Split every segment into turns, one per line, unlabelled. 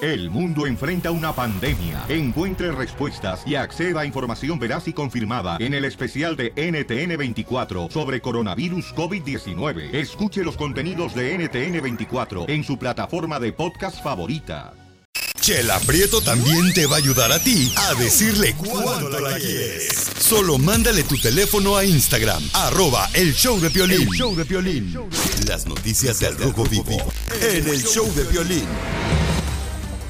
El mundo enfrenta una pandemia. Encuentre respuestas y acceda a información veraz y confirmada en el especial de NTN24 sobre coronavirus COVID-19. Escuche los contenidos de NTN24 en su plataforma de podcast favorita.
Chela Prieto también te va a ayudar a ti a decirle cuándo la quieres. Solo mándale tu teléfono a Instagram, arroba el show de Piolín.
El show de Piolín.
Las noticias del rojo vivo en el show de Piolín.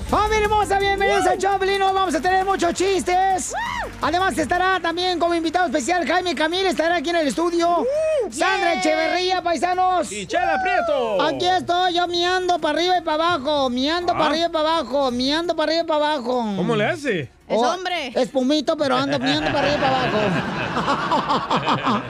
¡Familia hermosa! Bienvenidos al Choplin. Hoy vamos a tener muchos chistes. Además, estará también como invitado especial Jaime Camil. Estará aquí en el estudio. Sandra
yeah.
Echeverría, paisanos.
Y Chela Prieto.
Aquí estoy, yo miando para arriba y para abajo. Miando
Ah.
para arriba y para abajo. Miando para arriba y para abajo.
¿Cómo le hace?
Mm.
Oh,
Es hombre. Es pumito, pero ando miando para arriba y para abajo.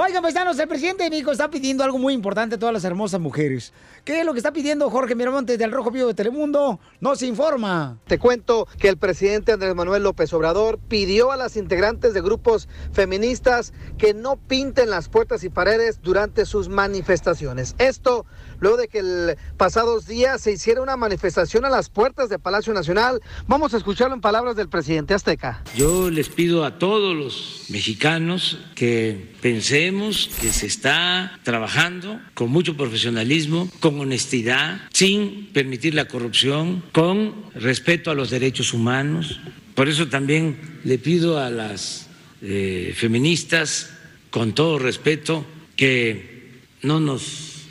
Oigan, paisanos, el presidente de México está pidiendo algo muy importante a todas las hermosas mujeres. ¿Qué es lo que está pidiendo Jorge Miramontes del Rojo Vivo de Telemundo? Nos informa.
Te cuento que el presidente Andrés Manuel López Obrador pidió a las integrantes de grupos feministas que no pinten las puertas y paredes durante sus manifestaciones. Esto luego de que el pasados días se hiciera una manifestación a las puertas de Palacio Nacional. Vamos a escucharlo en palabras del presidente Azteca.
Yo les pido a todos los mexicanos que pensemos que se está trabajando con mucho profesionalismo, con honestidad, sin permitir la corrupción, con respeto a los derechos humanos. Por eso también le pido a las eh, feministas, con todo respeto, que no nos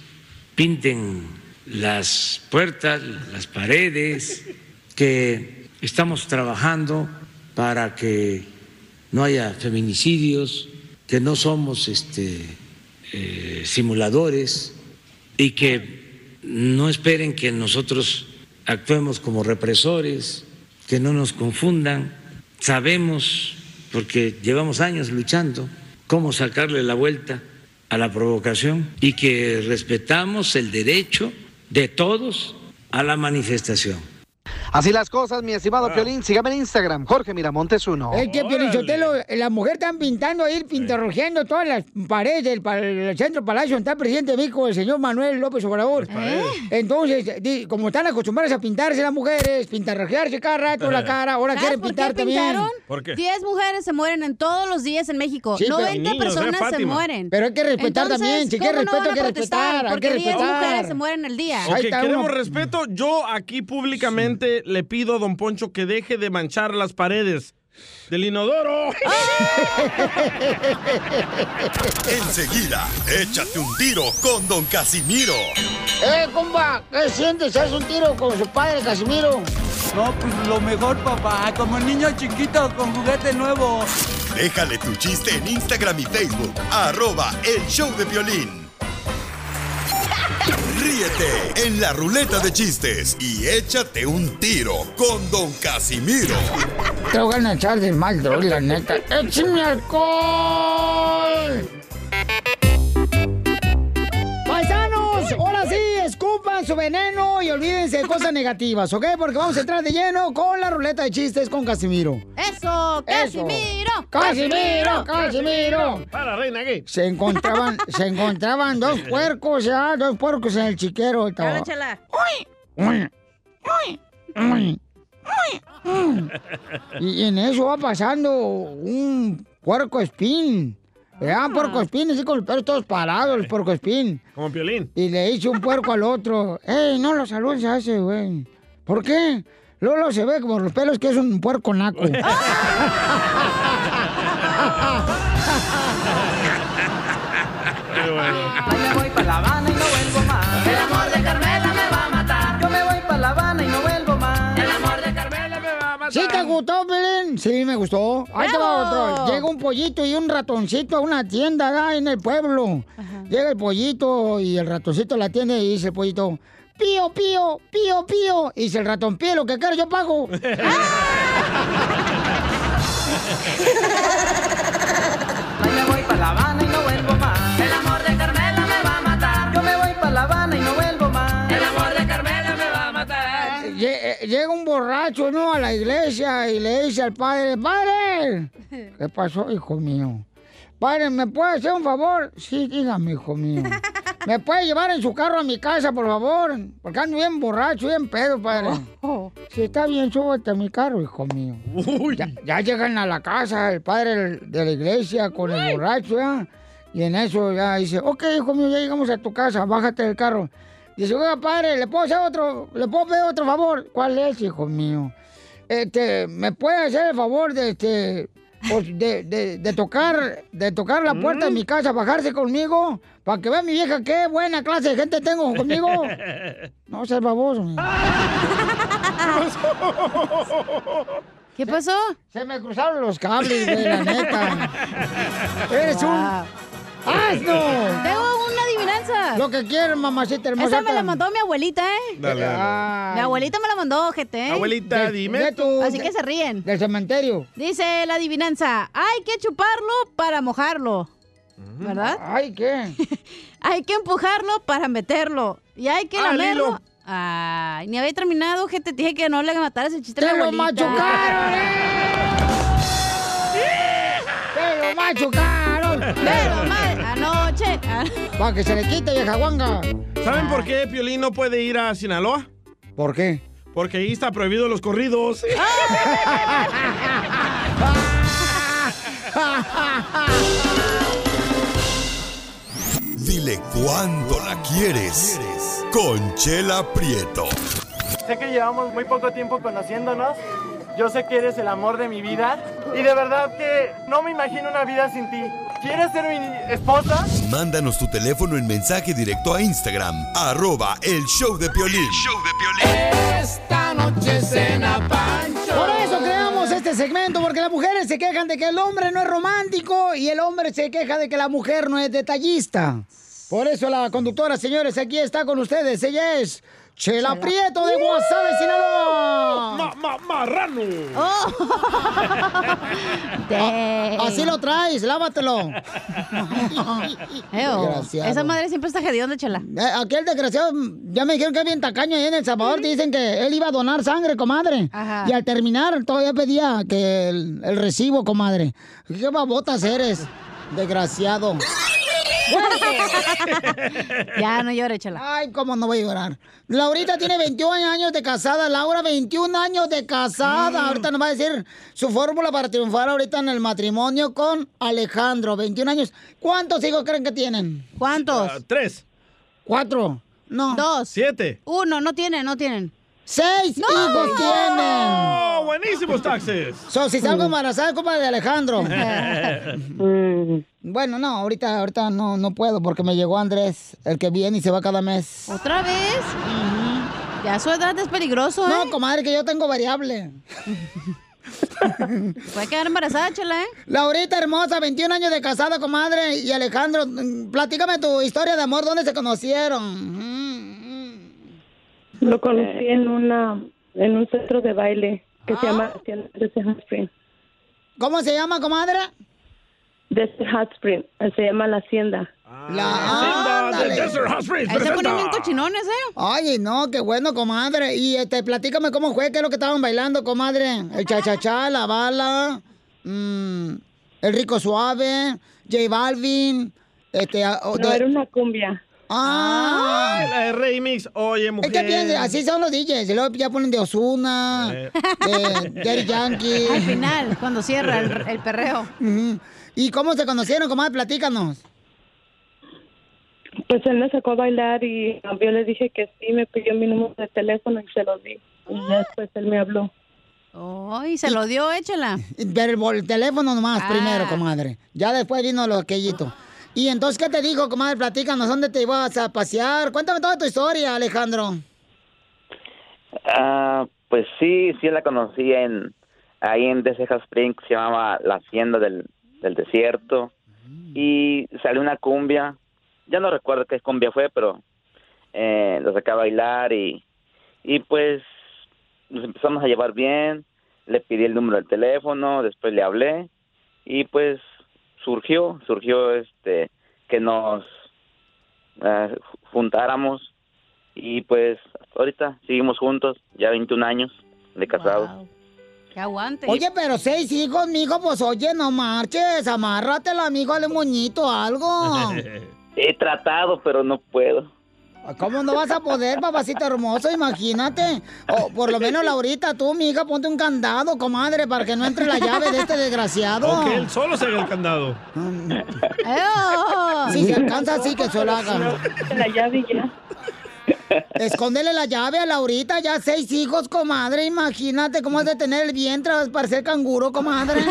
pinten las puertas, las paredes, que estamos trabajando para que no haya feminicidios, que no somos este, eh, simuladores y que no esperen que nosotros actuemos como represores, que no nos confundan. Sabemos, porque llevamos años luchando, cómo sacarle la vuelta a la provocación y que respetamos el derecho de todos a la manifestación.
Así las cosas, mi estimado Piolín. Sígame en Instagram, Jorge Miramontes 1.
Es que, Pio Lichotelo, la mujer están pintando ahí, pintarrojeando todas las paredes del pa- el centro palacio, está el presidente de México, el señor Manuel López Obrador. ¿Eh?
paredes.
Entonces, di- como están acostumbradas a pintarse las mujeres, pintarrojearse cada rato la cara, ahora
¿Sabes
quieren
por qué
pintar también.
pintaron? 10 mujeres se mueren en todos los días en México.
Sí, pero-
90
Niños, ¿eh,
personas se
Fátima?
mueren.
Pero hay que respetar también, si
¿cómo
quieres respeto,
no van a
hay que
protestar?
respetar, hay
Porque
que
10
respetar.
mujeres se mueren al día.
Ahí
Ok,
está
queremos
uno.
respeto. Yo aquí públicamente le pido a don Poncho que deje de manchar las paredes del inodoro.
Enseguida, échate un tiro con Don Casimiro.
¡Eh, compa! ¿Qué sientes? ¿Haz un tiro con su padre, Casimiro?
No, pues lo mejor, papá. Como niño chiquito con juguete nuevo.
Déjale tu chiste en Instagram y Facebook, arroba el show de Piolín. Ríete en la ruleta de chistes y échate un tiro con Don Casimiro.
Te voy a echar de mal, droga, la neta. ¡Échame alcohol! ¡Paisanos! Ahora sí, escupan su veneno y olvídense de cosas negativas, ¿ok? Porque vamos a entrar de lleno con la ruleta de chistes con Casimiro.
Eso, Casimiro.
¡Casimiro! ¡Casimiro!
Para, reina gay.
Se encontraban, se encontraban dos puercos, ya, dos puercos en el chiquero.
Dale,
estaba-
chela.
Uy, uy, uy, uy, uy. Y en eso va pasando un puerco espín. Era un puerco espín, así con los pelos todos parados, el puerco espín.
Ah. Como piolín.
Y le dice un puerco al otro, ¡Ey, no lo saludes a ese, güey! ¿Por qué? Lolo se ve como los pelos que es un puerco naco.
me voy para La Habana y no vuelvo más. El amor de Carmela me va a matar. Yo me voy para La Habana y no vuelvo más. El amor de Carmela me va a
¿Sí te gustó, Belén? Sí, me gustó. Ahí te va
¡Bravo!
otro. Llega un pollito y un ratoncito a una tienda acá en el pueblo. Llega el pollito y el ratoncito a la tienda y dice el pollito, pío, pío, pío, pío. Y dice el ratón, pío, lo que quiero yo pago.
Me voy para La Habana y no vuelvo más. El amor de Carmela me va a matar. Yo me voy para La Habana y no vuelvo más. El amor de Carmela me va a matar.
Lle- eh, Llega un borracho, ¿no? A la iglesia y le dice al padre, padre, ¿qué pasó, hijo mío? Padre, ¿me puede hacer un favor? Sí, dígame, hijo mío. ¿Me puede llevar en su carro a mi casa, por favor? Porque ando bien borracho, bien pedo, padre. Si está bien, súbete a mi carro, hijo mío. Ya, ya llegan a la casa el padre del- de la iglesia con el borracho, ¿ya? Y en eso ya dice, ok, hijo mío, ya llegamos a tu casa, bájate del carro. Dice, oiga, padre, ¿le puedo hacer otro, le puedo pedir otro favor? ¿Cuál es, hijo mío? Este, ¿me puede hacer el favor de este, pues, de, de- de tocar, de tocar la puerta de mi casa, bajarse conmigo? Para que vea mi vieja qué buena clase de gente tengo conmigo. No seas baboso. mi.
¿Qué pasó?
Se me cruzaron los cables, güey, la neta. Eres un asno.
Tengo una adivinanza.
Lo que quieres, mamacita hermosa.
Esa me la
hágala.
mandó mi abuelita, ¿eh?
Dale, dale.
Ay.
Mi abuelita me la mandó, gente. ¿eh?
Abuelita,
De-
dime.
de tu-
Así que se ríen.
Del cementerio.
Dice la adivinanza, hay que chuparlo para mojarlo, ¿verdad?
Ay, ¿qué?
Hay que empujarlo para meterlo. Y hay que
Ah, el
lamerlo.
hilo.
Ay, ni había terminado, gente. Te dije que no le mataras el chiste
¡Te
a la
lo
abuelita.
machucaron, eh!
¿eh?
¡Te lo machucaron!
Pero mal, anoche. Ah,
Para que se le quite, vieja guanga.
¿Saben por qué Piolín no puede ir a Sinaloa?
¿Por qué?
Porque ahí está prohibido los corridos.
¡Ah!
Dile cuánto la quieres. Conchela Prieto.
Sé que llevamos muy poco tiempo conociéndonos. Yo sé que eres el amor de mi vida. Y de verdad que no me imagino una vida sin ti. ¿Quieres ser mi esposa?
Mándanos tu teléfono en mensaje directo a Instagram. Arroba el show de Piolín.
Por eso creamos este segmento, porque las mujeres se quejan de que el hombre no es romántico y el hombre se queja de que la mujer no es detallista. Por eso la conductora, señores, aquí está con ustedes. Ella es Chela, Prieto de Guasave, Sinaloa.
¡Uh! Ma- ma- marrano.
de-
Ah, Así lo traes, lávatelo.
Eo,
Desgraciado.
Esa madre siempre está de chela.
Eh, Aquel desgraciado, ya me dijeron que es bien tacaño ahí en El Salvador. Dicen que él iba a donar sangre, comadre.
Ajá.
Y al terminar todavía pedía que el, el recibo, comadre. ¿Qué babotas eres, desgraciado?
Ya, no llore, chela.
Ay, cómo no voy a llorar. Laurita tiene 21 años de casada. Laura, 21 años de casada.
Mm.
Ahorita nos va a decir su fórmula para triunfar ahorita en el matrimonio con Alejandro. 21 años. ¿Cuántos hijos creen que tienen?
Ah,
¿Cuántos?
tres,
¿Cuatro? No.
Dos.
siete.
Uno, no tienen, no tienen.
¡Seis hijos tienen!
¡Oh, buenísimos taxes!
So, si
Uh.
salgo embarazada, es culpa de Alejandro. bueno, no, ahorita, ahorita no, no puedo porque me llegó Andrés, el que viene y se va cada mes.
¿Otra vez? Ya su edad es peligroso,
No,
¿eh?
comadre, que yo tengo variable.
Puede quedar embarazada, chela, ¿eh?
Laurita hermosa, 21 años de casada, comadre. Y Alejandro, mm, platícame tu historia de amor, ¿dónde se conocieron? Mm, mm.
Lo conocí en una en un centro de baile que se llama Desde Hot Spring.
¿Cómo se llama, comadre?
Desde Hot Spring, eh, se llama La Hacienda.
La-
Hacienda de
ándale.
Desert Hot Springs
Ahí se ponen bien
presenta.
cochinones, ¿eh?
Ay, no, qué bueno, comadre. Y este, platícame cómo fue, qué es lo que estaban bailando, comadre. El cha-cha-cha, la bala, mm, el rico suave, J Balvin, este... a- o-
No
de-
era una cumbia.
Mm. Ah,
Ay, La de remix. Oye,
es
mujer.
que piensa, así son los DJs. Y luego ya ponen de Osuna, de Jerry Yankee.
Al final, cuando cierra el, el perreo.
Ujú. ¿Y cómo se conocieron, comadre? Platícanos.
Pues él me sacó a bailar y yo le dije que sí, me pidió mi número de teléfono y se lo di. Y ya después Pues él me habló.
Ay, se lo dio, échela.
Pero el bol- teléfono nomás
Ah.
primero, comadre. Ya después vino lo aquellito. Y entonces, ¿qué te dijo, comadre? Platícanos, ¿dónde te ibas a pasear? Cuéntame toda tu historia, Alejandro.
Ah, pues sí, sí la conocí en ahí en Deseja Spring, se llamaba La Hacienda del, del Desierto. Y salió una cumbia, ya no recuerdo qué cumbia fue, pero eh, la saqué a bailar y, y pues nos empezamos a llevar bien. Le pedí el número del teléfono, después le hablé y pues surgió, surgió este que nos ah, ju- juntáramos y pues ahorita seguimos juntos, ya 21 años de casados.
Wow. Que aguante.
Oye, pero seis hijos, mijo, pues oye, no marches, amárratela, mijo, al moñito, algo.
He tratado, pero no puedo.
¿Cómo Pues no vas a poder, papacito hermoso? Imagínate. O por lo menos Laurita, tú, mi hija, ponte un candado, comadre, para que no entre la llave de este desgraciado.
O que él solo se haga el candado.
Si se alcanza, sí que solo haga.
La llave ya.
Escóndele la llave a Laurita, ya seis hijos, comadre. Imagínate cómo es de tener el vientre para ser canguro, comadre.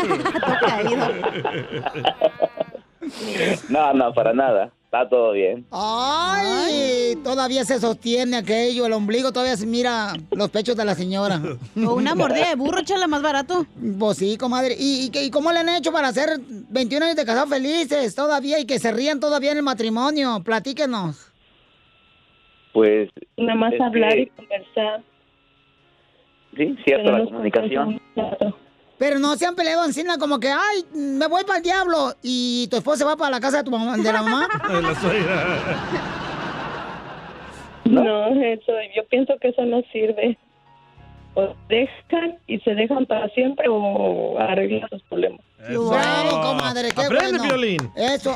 No, no, para nada. Está todo bien.
Ay, todavía se sostiene aquello, el ombligo todavía se mira los pechos de la señora.
O una mordida de burro,
chala, más barato. Pues sí, comadre. ¿Y, y qué- y cómo le han hecho para hacer 21 años de casados felices todavía y que se rían todavía en el matrimonio? Platíquenos.
Pues.
Nada más
es
hablar
que-
y conversar.
Sí, cierto,
Pero
la
nos
comunicación.
Pero no se han peleado encima como que, ay, me voy para el diablo y tu esposo se va para la casa de tu mamá, de la mamá.
Ay, la suegra.
No, eso, yo pienso que eso no sirve. O dejan y se dejan para siempre o arreglan sus problemas.
Bravo, comadre, qué
Aprende,
bueno.
Piolín.
Eso.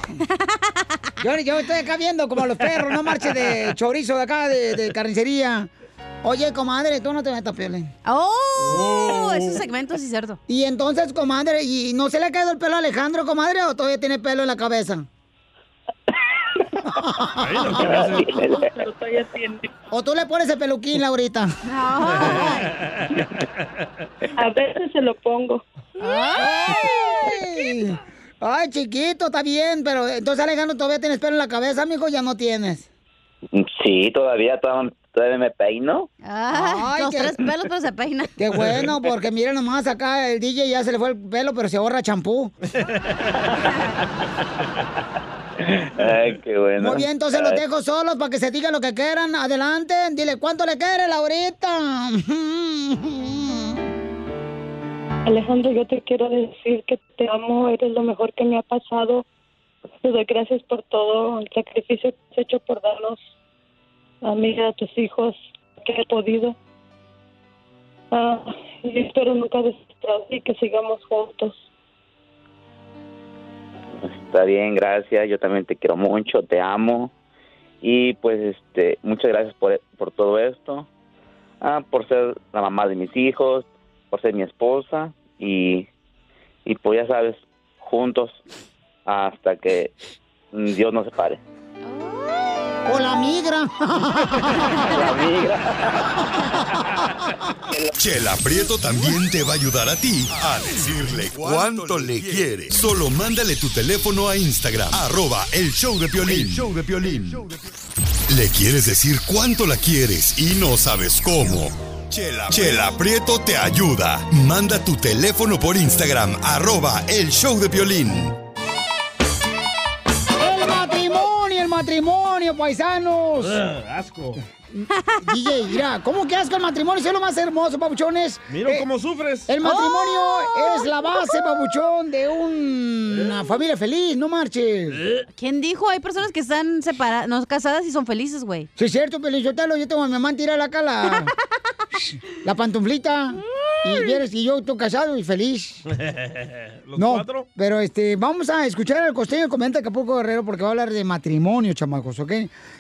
Yo, yo estoy acá viendo como los perros, no marches de chorizo de acá, de, de carnicería. Oye, comadre, tú no te metas, Piolín.
¡Oh! Ese segmento sí es cierto.
Y entonces, comadre, ¿y no se le ha caído el pelo a Alejandro, comadre, o todavía tiene pelo en la cabeza?
Pero todavía tiene.
¿O tú le pones el peluquín, Laurita?
A veces se lo pongo.
¡Ay! Ay, chiquito, está bien, pero entonces Alejandro todavía tienes pelo en la cabeza, mijo, ya no tienes.
Sí, todavía, todavía, todavía me peino.
Ay,
los tres pelos,
pero se peina. Qué bueno, porque miren nomás acá el DJ ya se le fue el pelo, pero se ahorra champú.
Ay, qué bueno.
Muy bien, entonces los
Ay,
dejo solos para que se digan lo que quieran. Adelante, dile cuánto le quiere, Laurita.
Alejandro, yo te quiero decir que te amo, eres lo mejor que me ha pasado. Te doy gracias por todo el sacrificio que has hecho por darnos a mí y a tus hijos que he podido. Ah, y espero nunca desastrarte y que sigamos juntos.
Está bien, gracias. Yo también te quiero mucho, te amo. Y pues, este, muchas gracias por, por todo esto. Ah, por ser la mamá de mis hijos, por ser mi esposa. Y, y pues ya sabes, juntos hasta que mm, Dios nos separe.
O la migra.
Chela Prieto también te va a ayudar a ti a decirle cuánto le quiere. Solo mándale tu teléfono a Instagram, arroba el show de Piolín. show de Le quieres decir cuánto la quieres y no sabes cómo. Chela, Chela Prieto te ayuda. Manda tu teléfono por Instagram, arroba el show de Piolín.
El matrimonio, el matrimonio, paisanos.
Ah.
Ugh, asco.
DJ, mira, ¿cómo que asco el matrimonio? Si es lo más hermoso, papuchones. Eh,
Mira cómo sufres.
El matrimonio
¡Oh! ¿Eh?
es la base, papuchón, de un- una familia feliz, no marches.
¿Quién dijo? Hay personas que están separadas, no casadas y son felices, güey.
Sí, es cierto, Pelizotelo, yo tengo a mi mamá tirada acá la, la pantuflita. Y vieres, y yo estoy casado y feliz.
¿Los
no,
cuatro?
pero este, vamos a escuchar al costeño comenta Acapulco Guerrero porque va a hablar de matrimonio, chamacos, ¿ok?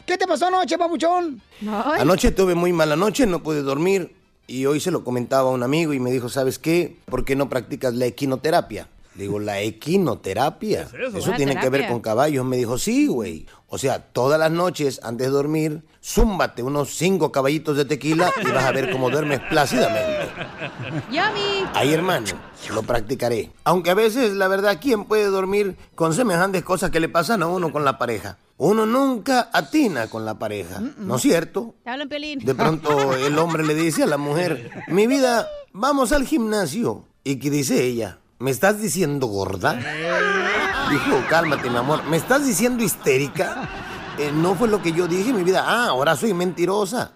¿Qué te pasó anoche, papuchón?
Anoche tuve muy mala noche, no pude dormir y hoy se lo comentaba a un amigo y me dijo, ¿sabes qué? ¿Por qué no practicas la equinoterapia? Digo, la equinoterapia.
¿Qué es eso?
eso
Una
tiene que ver
terapia.
con caballos. Me dijo, sí, güey. O sea, todas las noches antes de dormir, zúmbate unos cinco caballitos de tequila y vas a ver cómo duermes plácidamente.
¡Yummy!
Ahí, hermano, lo practicaré. Aunque a veces, la verdad, ¿quién puede dormir con semejantes cosas que le pasan a uno con la pareja? Uno nunca atina con la pareja, ¿no es cierto?
Te hablan, Pelín.
De pronto el hombre le dice a la mujer, mi vida, vamos al gimnasio. ¿Y qué dice ella? ¿Me estás diciendo gorda? Dijo, cálmate, mi amor. ¿Me estás diciendo histérica? "Eh, no fue lo que yo dije, mi vida. Ah, ahora soy mentirosa.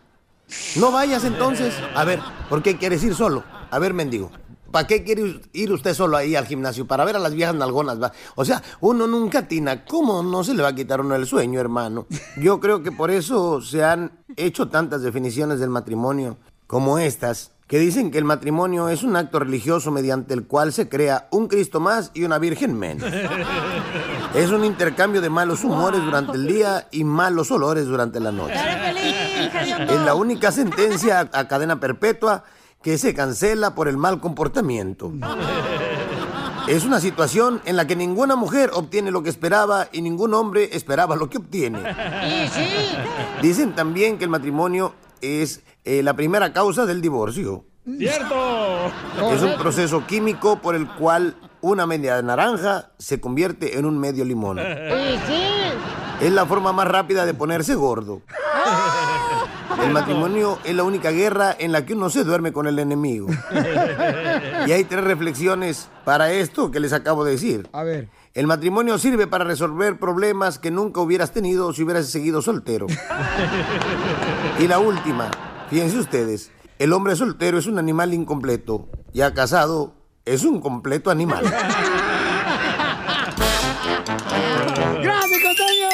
No vayas entonces. A ver, ¿por qué quieres ir solo? A ver, mendigo. ¿Para qué quiere us- ir usted solo ahí al gimnasio? Para ver a las viejas nalgonas. va. O sea, uno nunca atina. ¿Cómo no se le va a quitar uno el sueño, hermano? Yo creo que por eso se han hecho tantas definiciones del matrimonio como estas, que dicen que el matrimonio es un acto religioso mediante el cual se crea un Cristo más y una Virgen menos. Es un intercambio de malos humores durante el día y malos olores durante la noche. Es la única sentencia a cadena perpetua que se cancela por el mal comportamiento. Es una situación en la que ninguna mujer obtiene lo que esperaba y ningún hombre esperaba lo que obtiene. Dicen también que el matrimonio es eh, la primera causa del divorcio.
¡Cierto!
Es un proceso químico por el cual una media naranja se convierte en un medio limón. Es la forma más rápida de ponerse gordo. El matrimonio es la única guerra en la que uno se duerme con el enemigo. Y hay tres reflexiones para esto que les acabo de decir.
A ver.
El matrimonio sirve para resolver problemas que nunca hubieras tenido si hubieras seguido soltero. Y la última, fíjense ustedes, el hombre soltero es un animal incompleto, ya casado es un completo animal.
¡Gracias, Costeño!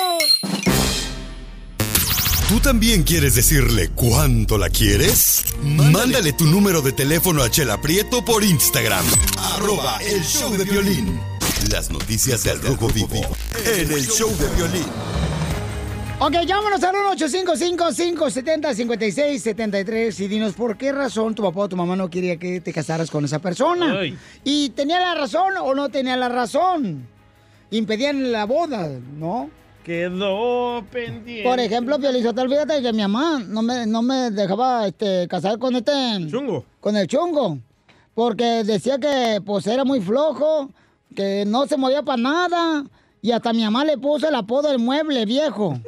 ¿Tú también quieres decirle cuánto la quieres? Mándale, tu número de teléfono a Chela Prieto por Instagram. Arroba el show de violín. Las noticias del Rojo Vivo. En el show de violín.
Ok, llámanos al 1-855-570-5673 y dinos por qué razón tu papá o tu mamá no quería que te casaras con esa persona.
Ay.
¿Y tenía la razón o no tenía la razón? Impedían la boda, ¿no?
Quedó pendiente.
Por ejemplo, Piolizotelo, fíjate que mi mamá no me, no me dejaba este, casar con este... ¿Chungo? Con el chungo. Porque decía que pues era muy flojo, que no se movía para nada. Y hasta mi mamá le puso el apodo del mueble viejo.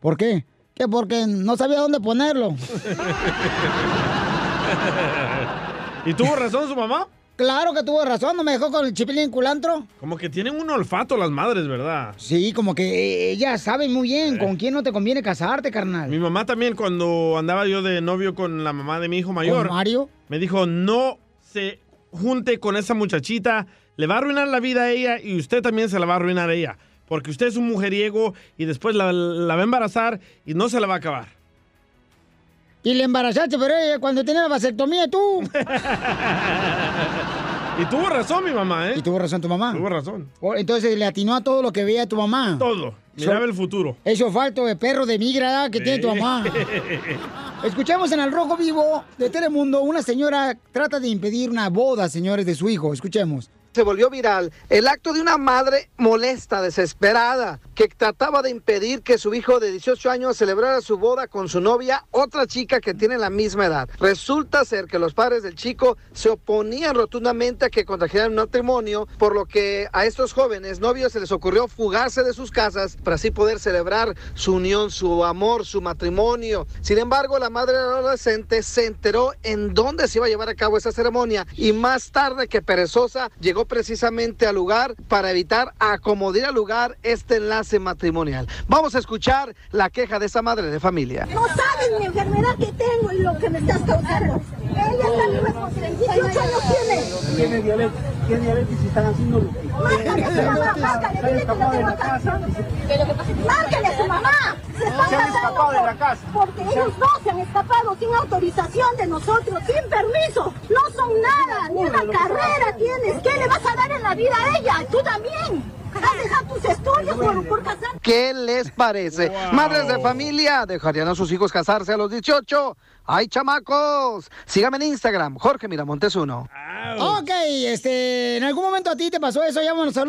¿Por qué? Que porque no sabía dónde ponerlo.
¿Y tuvo razón su mamá?
Claro que tuvo razón, no me dejó con el chipilín culantro.
Como que tienen un olfato las madres, ¿verdad?
Sí, como que eh, ella sabe muy bien con quién no te conviene casarte, carnal.
Mi mamá también, cuando andaba yo de novio con la mamá de mi hijo mayor.
¿Con Mario?
Me dijo, no se junte con esa muchachita, le va a arruinar la vida a ella y usted también se la va a arruinar a ella. Porque usted es un mujeriego y después la, la va a embarazar y no se la va a acabar.
Y le embarazaste, pero ella cuando tenía la vasectomía, tú.
Y tuvo razón mi mamá, ¿eh?
Y tuvo razón tu mamá.
Tuvo razón.
O- Entonces le atinó a todo lo que veía tu mamá.
Todo. Miraba el futuro.
Eso falto de perro de migra ¿eh? que tiene tu mamá. Escuchamos en Al Rojo Vivo de Telemundo, una señora trata de impedir una boda, señores, de su hijo. Escuchemos.
se volvió viral el acto de una madre molesta, desesperada, que trataba de impedir que su hijo de 18 años celebrara su boda con su novia, otra chica que tiene la misma edad. Resulta ser que los padres del chico se oponían rotundamente a que contrajeran un matrimonio, por lo que a estos jóvenes novios se les ocurrió fugarse de sus casas para así poder celebrar su unión, su amor, su matrimonio. Sin embargo, la madre del adolescente se enteró en dónde se iba a llevar a cabo esa ceremonia y más tarde que perezosa llegó precisamente al lugar para evitar acomodar al lugar este enlace matrimonial. Vamos a escuchar la queja de esa madre de familia.
No sabes mi enfermedad que tengo y lo que me estás causando. Ella está mi responsabilidad. 18 años tiene.
Tiene diabetes, tiene diabetes y están haciendo lo que...
Márcale a su mamá, márcale, dile que no tengo acá. Márcale a su mamá. Se están
Se han
casando
escapado
por-
de la casa.
Porque ellos dos se han escapado sin autorización de nosotros, sin permiso. No son nada, ni una carrera tienes. ¿Qué le vas a dar en la vida a ella? Tú también. Has dejado tus estudios por, por casarte.
¿Qué les parece? Madres de familia, ¿dejarían a sus hijos casarse a los 18? ¡Ay, chamacos! Sígame en Instagram, Jorge Miramontes 1.
Ok, este, en algún momento a ti te pasó eso, llámanos al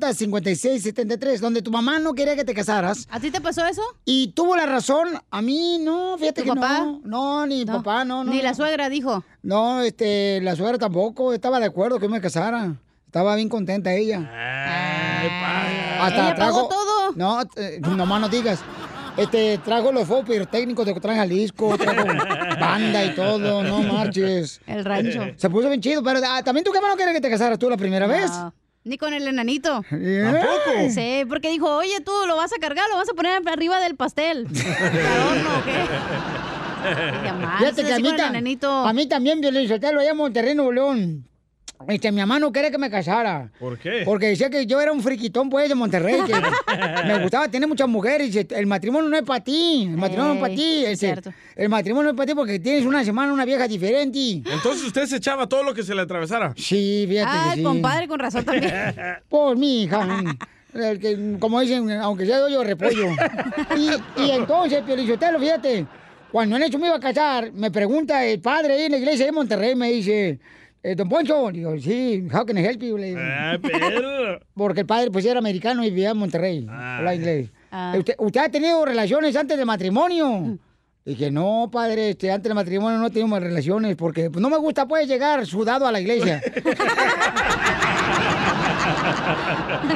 1-855-570-5673, donde tu mamá no quería que te casaras.
¿A ti te pasó eso?
Y tuvo la razón, a mí no, fíjate
¿Tu
que
papá?
no. No, ni papá, no, no.
Ni la
no.
suegra dijo.
No, este, la suegra tampoco estaba de acuerdo que yo me casara. Estaba bien contenta ella. Hasta
Ella pagó
todo. No, eh, nomás no digas. Este, trajo los fuegos pirotécnicos de Cotlán, Jalisco, trajo banda y todo, no marches.
El rancho.
Se puso bien chido, pero ah, también tu mamá no quería que te casaras tú la primera vez. Eh,
No, Ni con el enanito.
¿Tampoco?
Sí, porque dijo, oye, tú lo vas a cargar, lo vas a poner arriba del pastel.
qué?
Jamás,
Fíjate
así
que a
con
mí,
el
ta-
enanito.
a mí también, Violín Sotelo, allá en Monterrey, Nuevo León. Este, mi mamá no quería que me casara.
¿Por qué?
Porque decía que yo era un friquitón, pues, de Monterrey, que me gustaba tener muchas mujeres. Dice, el matrimonio no es para ti, el matrimonio no es para ti.
es
este,
cierto.
el matrimonio no es para ti porque tienes una semana una vieja diferente.
Entonces usted se echaba todo lo que se le atravesara.
Sí, fíjate
Ah,
que sí. Pues, mi hija. el que, como dicen, aunque sea yo, repollo. Y, y entonces, Piolichotelo, fíjate, cuando en hecho me iba a casar, me pregunta el padre ahí en la iglesia de Monterrey, me dice, eh, Don Poncho, digo, sí, how can I help you? Le digo.
Ah, pero.
Porque el padre pues era americano y vivía en Monterrey, hablaba inglés.
Ah.
Eh, ¿Usted, usted ha tenido relaciones antes del matrimonio? Dije, no, padre, este, antes del matrimonio no tenemos relaciones porque pues, no me gusta pues llegar sudado a la iglesia.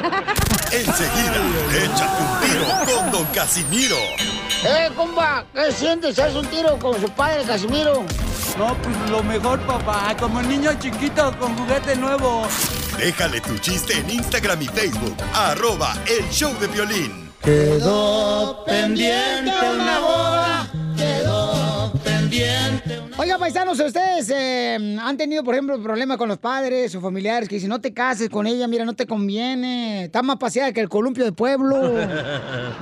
Enseguida, échate un tiro con Don Casimiro.
¡Eh, compa! ¿Qué sientes? ¿Haz un tiro con su padre, Casimiro?
No, pues lo mejor, papá. Como niño chiquito con juguete nuevo.
Déjale tu chiste en Instagram y Facebook, arroba el show de violín.
Quedó pendiente una boda. Quedó pendiente.
Oiga, paisanos, ustedes eh, han tenido, por ejemplo, problemas con los padres o familiares que dicen, no te cases con ella, mira, no te conviene, está más paseada que el columpio del pueblo,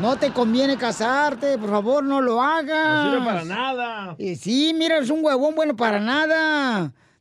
no te conviene casarte, por favor, no lo hagas.
No sirve para nada.
Y sí, mira, es un huevón bueno para nada.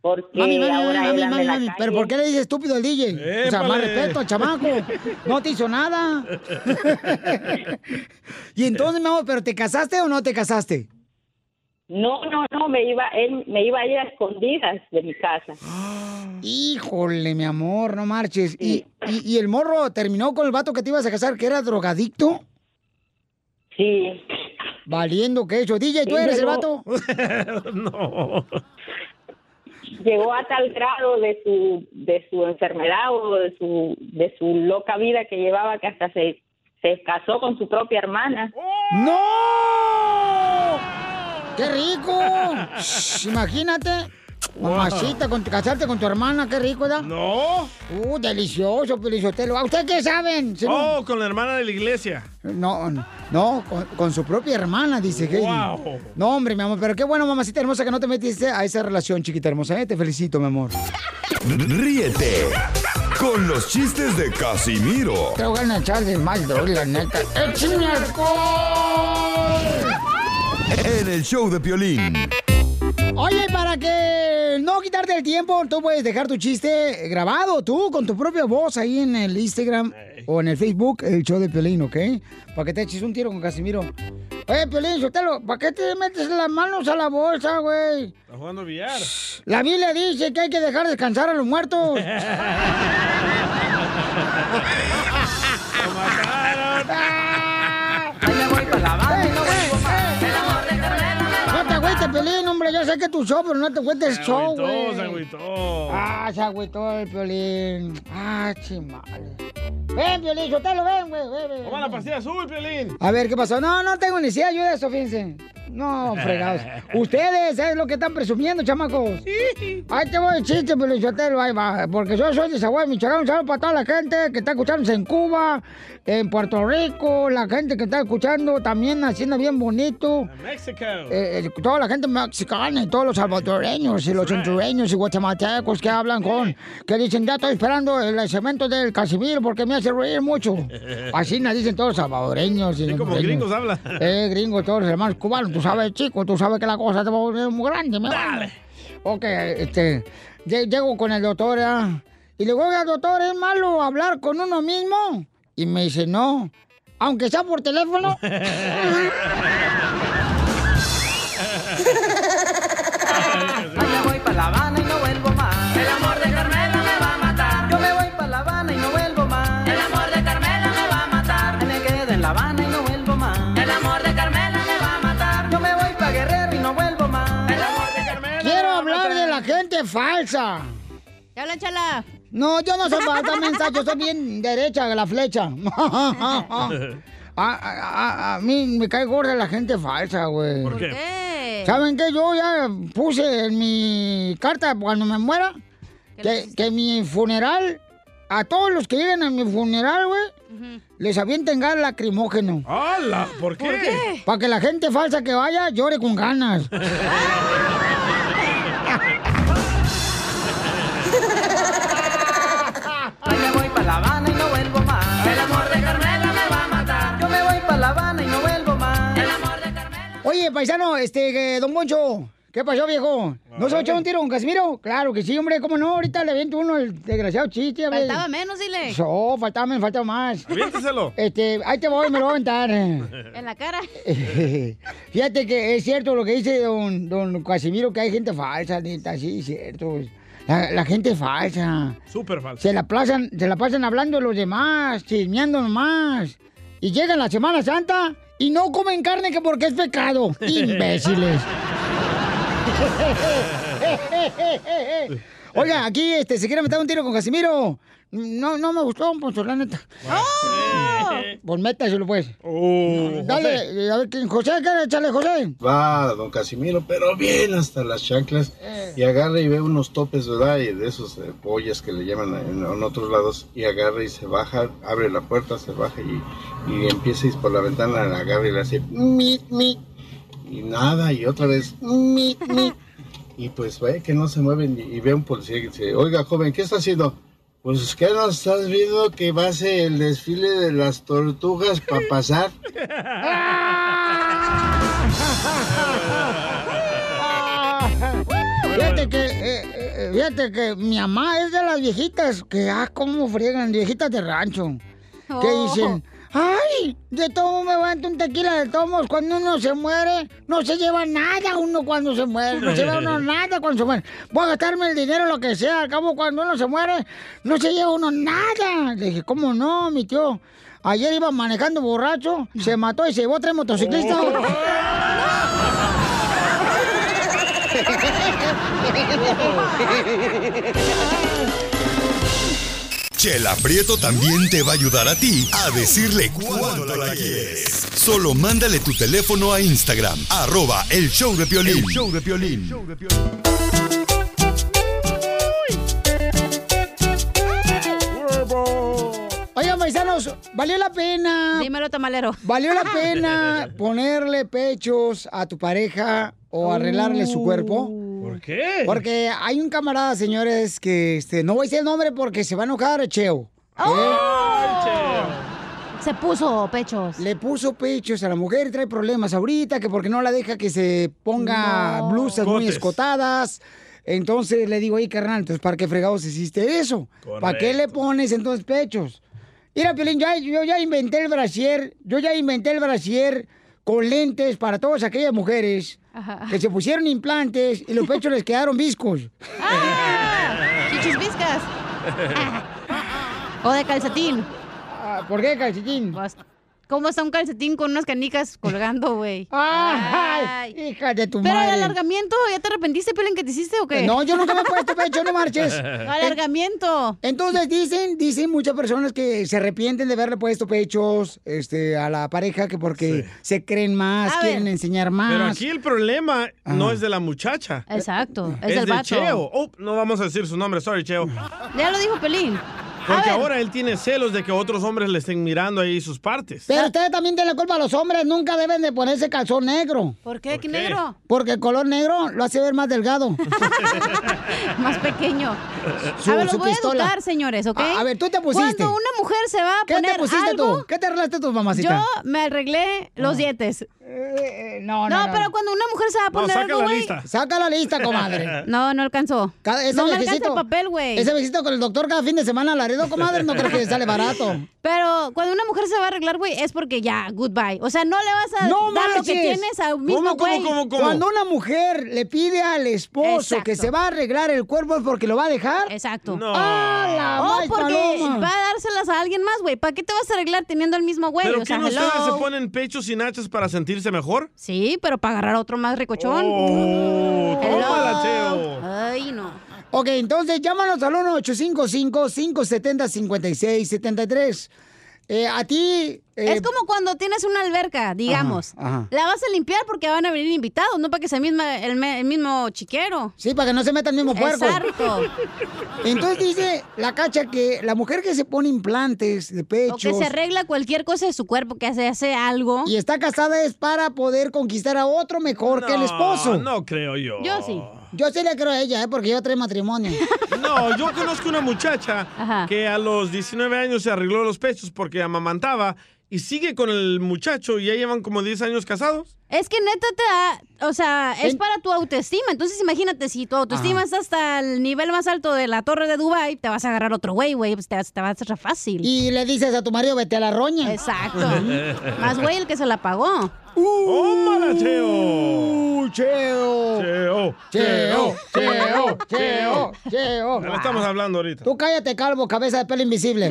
Porque
Mami, mami,
ahora
mami,
él
mami,
anda
mami,
en la
mami, pero
calle.
¿por qué le dices estúpido al DJ? O sea, más
Épale.
respeto al chamaco. No te hizo nada. y entonces, mi amor, ¿pero te casaste o no te casaste?
No, no, no, me iba, él me iba a ir a escondidas de mi casa.
Híjole, mi amor, no marches. ¿Y, y, y el morro terminó con el vato que te ibas a casar, que era drogadicto?
Sí.
Valiendo que eso. DJ, ¿tú
Sí,
eres el
llegó.
vato?
no.
Llegó a tal grado de su, de su enfermedad o de su, de su loca vida que llevaba que hasta se, se casó con su propia hermana.
¡No! ¡Qué rico! Shh, imagínate. Mamacita, con, casarte con tu hermana, qué rico, ¿verdad?
No.
Uh, delicioso, Pelizotelo. ¿A usted qué saben? Si no-
Oh, con la hermana de la iglesia.
No, no, con, con su propia hermana, dice Heidi.
Wow.
No, hombre, mi amor, pero qué bueno, mamacita hermosa, que no te metiste a esa relación, chiquita hermosa. ¿eh? Te felicito, mi amor.
Ríete con los chistes de Casimiro
Te voy a echar de mal, bro, la neta. ¡Échame
en el show de violín.
Oye, para que no quitarte el tiempo, tú puedes dejar tu chiste grabado tú con tu propia voz ahí en el Instagram o en el Facebook, el show de Piolín, ¿ok? Para que te eches un tiro con Casimiro. Oye, Piolín, Sotelo, ¿para qué te metes las manos a la bolsa, güey?
Está jugando billar.
La Biblia dice que hay que dejar descansar a los muertos. No te agüites, Piolín, hombre. Yo sé que es tu show, pero no te agüites
Se
show,
agüitó,
güey.
se agüitó.
Ah, se agüitó el Piolín. Ah, chimal. Ven, Piolín, Sotelo, ven, güey. Ven, ven,
Toma la
ven.
pastilla azul, Piolín.
A ver, ¿qué pasó? No, no tengo necesidad de ayuda de eso, fíjense. No, fregados. Ustedes es lo que están presumiendo, chamacos. Ahí te voy el chiste, pero yo te lo ahí va. Porque yo soy de Zaguay, Michoacán. Un saludo para toda la gente que está escuchándose en Cuba, en Puerto Rico, la gente que está escuchando también haciendo bien bonito.
México.
Eh, eh, toda la gente mexicana y todos los salvadoreños y los hondureños y guatemaltecos que hablan con, que dicen, ya estoy esperando el segmento del Casimiro porque me hace reír mucho. Así nos dicen todos los salvadoreños. Y
Sí, como
hondureños.
gringos habla.
Eh, gringos, todos los hermanos cubanos. Tú sabes, chico, tú sabes que la cosa te va a volver muy grande. Me Ok, este, lle- llego con el doctor ¿ah? y le digo, oiga, doctor, ¿es malo hablar con uno mismo? Y me dice, no, aunque sea por teléfono.
Hoy me voy para
¡Eres falsa!
Chala, chala.
No, yo no soy falsa, mensa. Yo soy bien derecha de la flecha. a, a- a- a mí me cae gorda la gente falsa, güey.
¿Por qué?
¿Saben qué? Yo ya puse en mi carta cuando me muera que, que mi funeral, a todos los que lleguen a mi funeral, güey, les avienten gas lacrimógeno.
¡Hala! ¿Por qué?
Para que la gente falsa que vaya llore con ganas.
Ay, me voy para La Habana y no vuelvo más. El amor de Carmela me va a matar. Yo me voy para La Habana y no vuelvo más. El amor de
Oye, paisano, este, eh, don Moncho, ¿qué pasó, viejo? ¿No se va a echar un tiro con Casimiro? Claro que sí, hombre, ¿cómo no? Ahorita le aviento uno el desgraciado chiste. a ver.
Faltaba menos, dile.
No, faltaba menos, faltaba más.
Aviénteselo.
Este, ahí te voy, me lo voy a aventar. Eh.
En la cara.
Fíjate que es cierto lo que dice don, don Casimiro, que hay gente falsa, neta, sí, es cierto. La, la gente es falsa.
Súper falso.
Se la, pasan, se la pasan hablando de los demás, chismeando nomás. Y llegan la Semana Santa y no comen carne que porque es pecado. Imbéciles. Oiga, aquí este, se quiere meter un tiro con Casimiro. No, no me gustó, Poncho, la neta. Pues métaselo, pues. Dale, eh, a ver, ¿quién? José, ¿qué? Échale, José.
Va don Casimiro, pero bien hasta las chanclas. Y agarra y ve unos topes, ¿verdad? Y de esos eh, pollas que le llaman en, en otros lados. Y agarra y se baja, abre la puerta, se baja y, y empieza a ir por la ventana, la agarra y le hace mi, mi. Y nada, y otra vez mi, mi. Y pues ve que no se mueven y, y ve un policía que dice, oiga joven, ¿qué está haciendo? Pues que no estás viendo que va a ser el desfile de las tortugas para pasar.
Fíjate que, eh, eh, fíjate que mi mamá es de las viejitas que, ah, cómo friegan, viejitas de rancho. Que
Oh.
dicen, ay, de todo me aguanto un tequila de tomos. Cuando uno se muere, no se lleva nada uno cuando se muere. No se lleva uno nada cuando se muere. Voy a gastarme el dinero, lo que sea. Al cabo, cuando uno se muere, no se lleva uno nada. Le dije, ¿cómo no, mi tío? Ayer iba manejando borracho, se mató y se llevó tres motociclistas.
Oh.
Chela Prieto también te va a ayudar a ti a decirle cuándo la quieres. Solo mándale tu teléfono a Instagram, arroba el show de Piolín.
El show
de Piolín.
Oigan, paisanos, ¿valió la pena? Dímelo, tamalero. ¿Valió la pena ponerle pechos a tu pareja o arreglarle su cuerpo?
Uh. ¿Por qué?
Porque hay un camarada, señores, que este, no voy a decir el nombre porque se va a enojar, Cheo. ¿eh? Se puso pechos. Le puso pechos a la mujer y trae problemas ahorita, que porque no la deja que se ponga blusas muy
Cotes.
escotadas. Entonces le digo, oye, carnal, entonces, ¿para qué fregados hiciste eso? ¿Para qué le pones entonces pechos? Mira, Piolín, ya- yo ya inventé el brasier, yo ya inventé el brasier con lentes para todas aquellas mujeres
Ajá.
que se pusieron implantes y los pechos les quedaron viscos.
¡Ah! Chichis viscas. O de calcetín.
Ah, ¿Por qué calcetín?
¿Cómo está un calcetín con unas canicas colgando, güey?
Ay, hija de tu
Pero
madre.
el alargamiento, ¿ya te arrepentiste, Pelín, que te hiciste o qué?
No, yo nunca me he puesto pecho, no marches.
Alargamiento.
Entonces Pues dicen, dicen muchas personas que se arrepienten de haberle puesto pechos este, a la pareja que porque se creen más,
A
quieren
ver.
enseñar más.
Pero aquí el problema no es de la muchacha.
Exacto,
Es, de Cheo. Oh, no vamos a decir su nombre, sorry, Cheo.
Ya lo dijo Pelín.
Porque
ver.
ahora él tiene celos de que otros hombres le estén mirando ahí sus partes.
Pero ustedes también tienen la culpa, los hombres nunca deben de ponerse calzón negro.
¿Por qué? ¿Qué
qué?
negro?
Porque el color negro lo hace ver más delgado.
Más pequeño.
Eh, Su-
a ver, los
su
voy
pistola.
a educar, señores, ¿ok?
A- a ver, tú te pusiste.
Cuando una mujer se va a
¿Qué
poner
te pusiste
algo,
tú? ¿Qué te arreglaste tu mamacita? Ah. Eh,
Yo me arreglé los dientes.
no,
no.
no,
pero cuando una mujer se va a poner algo, güey.
Saca la lista, comadre.
No, no alcanzó. no me alcanza el papel, güey.
Ese viejito con el doctor cada fin de semana Laredo, comadre, no creo que le sale barato.
Pero cuando una mujer se va a arreglar, güey, es porque ya, goodbye. O sea, no le vas a
¡No
dar lo que
marches!
tienes a un mismo güey.
Cuando una mujer le pide al esposo
Exacto.
que se va a arreglar el cuerpo es porque lo va a dejar.
Exacto.
¡Ah, la
o
Oh,
más
porque
paloma!
va a dárselas a alguien más, güey. ¿Para qué te vas a arreglar teniendo el mismo güey?
¿Pero
o
que
sea,
no
hello.
ustedes se ponen pechos y nachas para sentirse mejor?
Sí, pero para agarrar otro más ricochón.
Oh,
Hello.
tómala, Cheo.
Ay, no.
Ok, entonces llámanos al 1-855-570-5673. Eh, a ti... eh,
Es como cuando tienes una alberca, digamos.
ajá.
La vas a limpiar porque van a venir invitados, no para que sea misma, el, me- el mismo chiquero.
Sí, para que no se meta el mismo puerco.
Exacto.
Entonces dice la cacha que la mujer que se pone implantes de pecho...
O que se arregla cualquier cosa de su cuerpo, que hace, hace algo.
Y está casada es para poder conquistar a otro mejor que el esposo.
No creo yo.
sí. Yo sí le creo a ella, ¿eh? porque yo tres matrimonios.
No, yo conozco una muchacha que a los 19 años se arregló los pechos porque amamantaba y sigue con el muchacho y ya llevan como 10 años casados.
Es que neta te da, o sea, es para tu autoestima. Entonces imagínate, si tu autoestima
Ajá.
está hasta el nivel más alto de la torre de Dubai, te vas a agarrar otro güey, güey, pues te, vas- te va a hacer fácil.
Y le dices a tu marido, vete a la roña.
Exacto. más güey el que se la pagó.
¡Oh, mala
Cheo! Uh, ¡Cheo!
¡Cheo!
¡Cheo! ¡Cheo!
Cheo.
¡Cheo! ¡Cheo!
Ya le estamos hablando ahorita.
Tú cállate, calvo, cabeza de pelo invisible.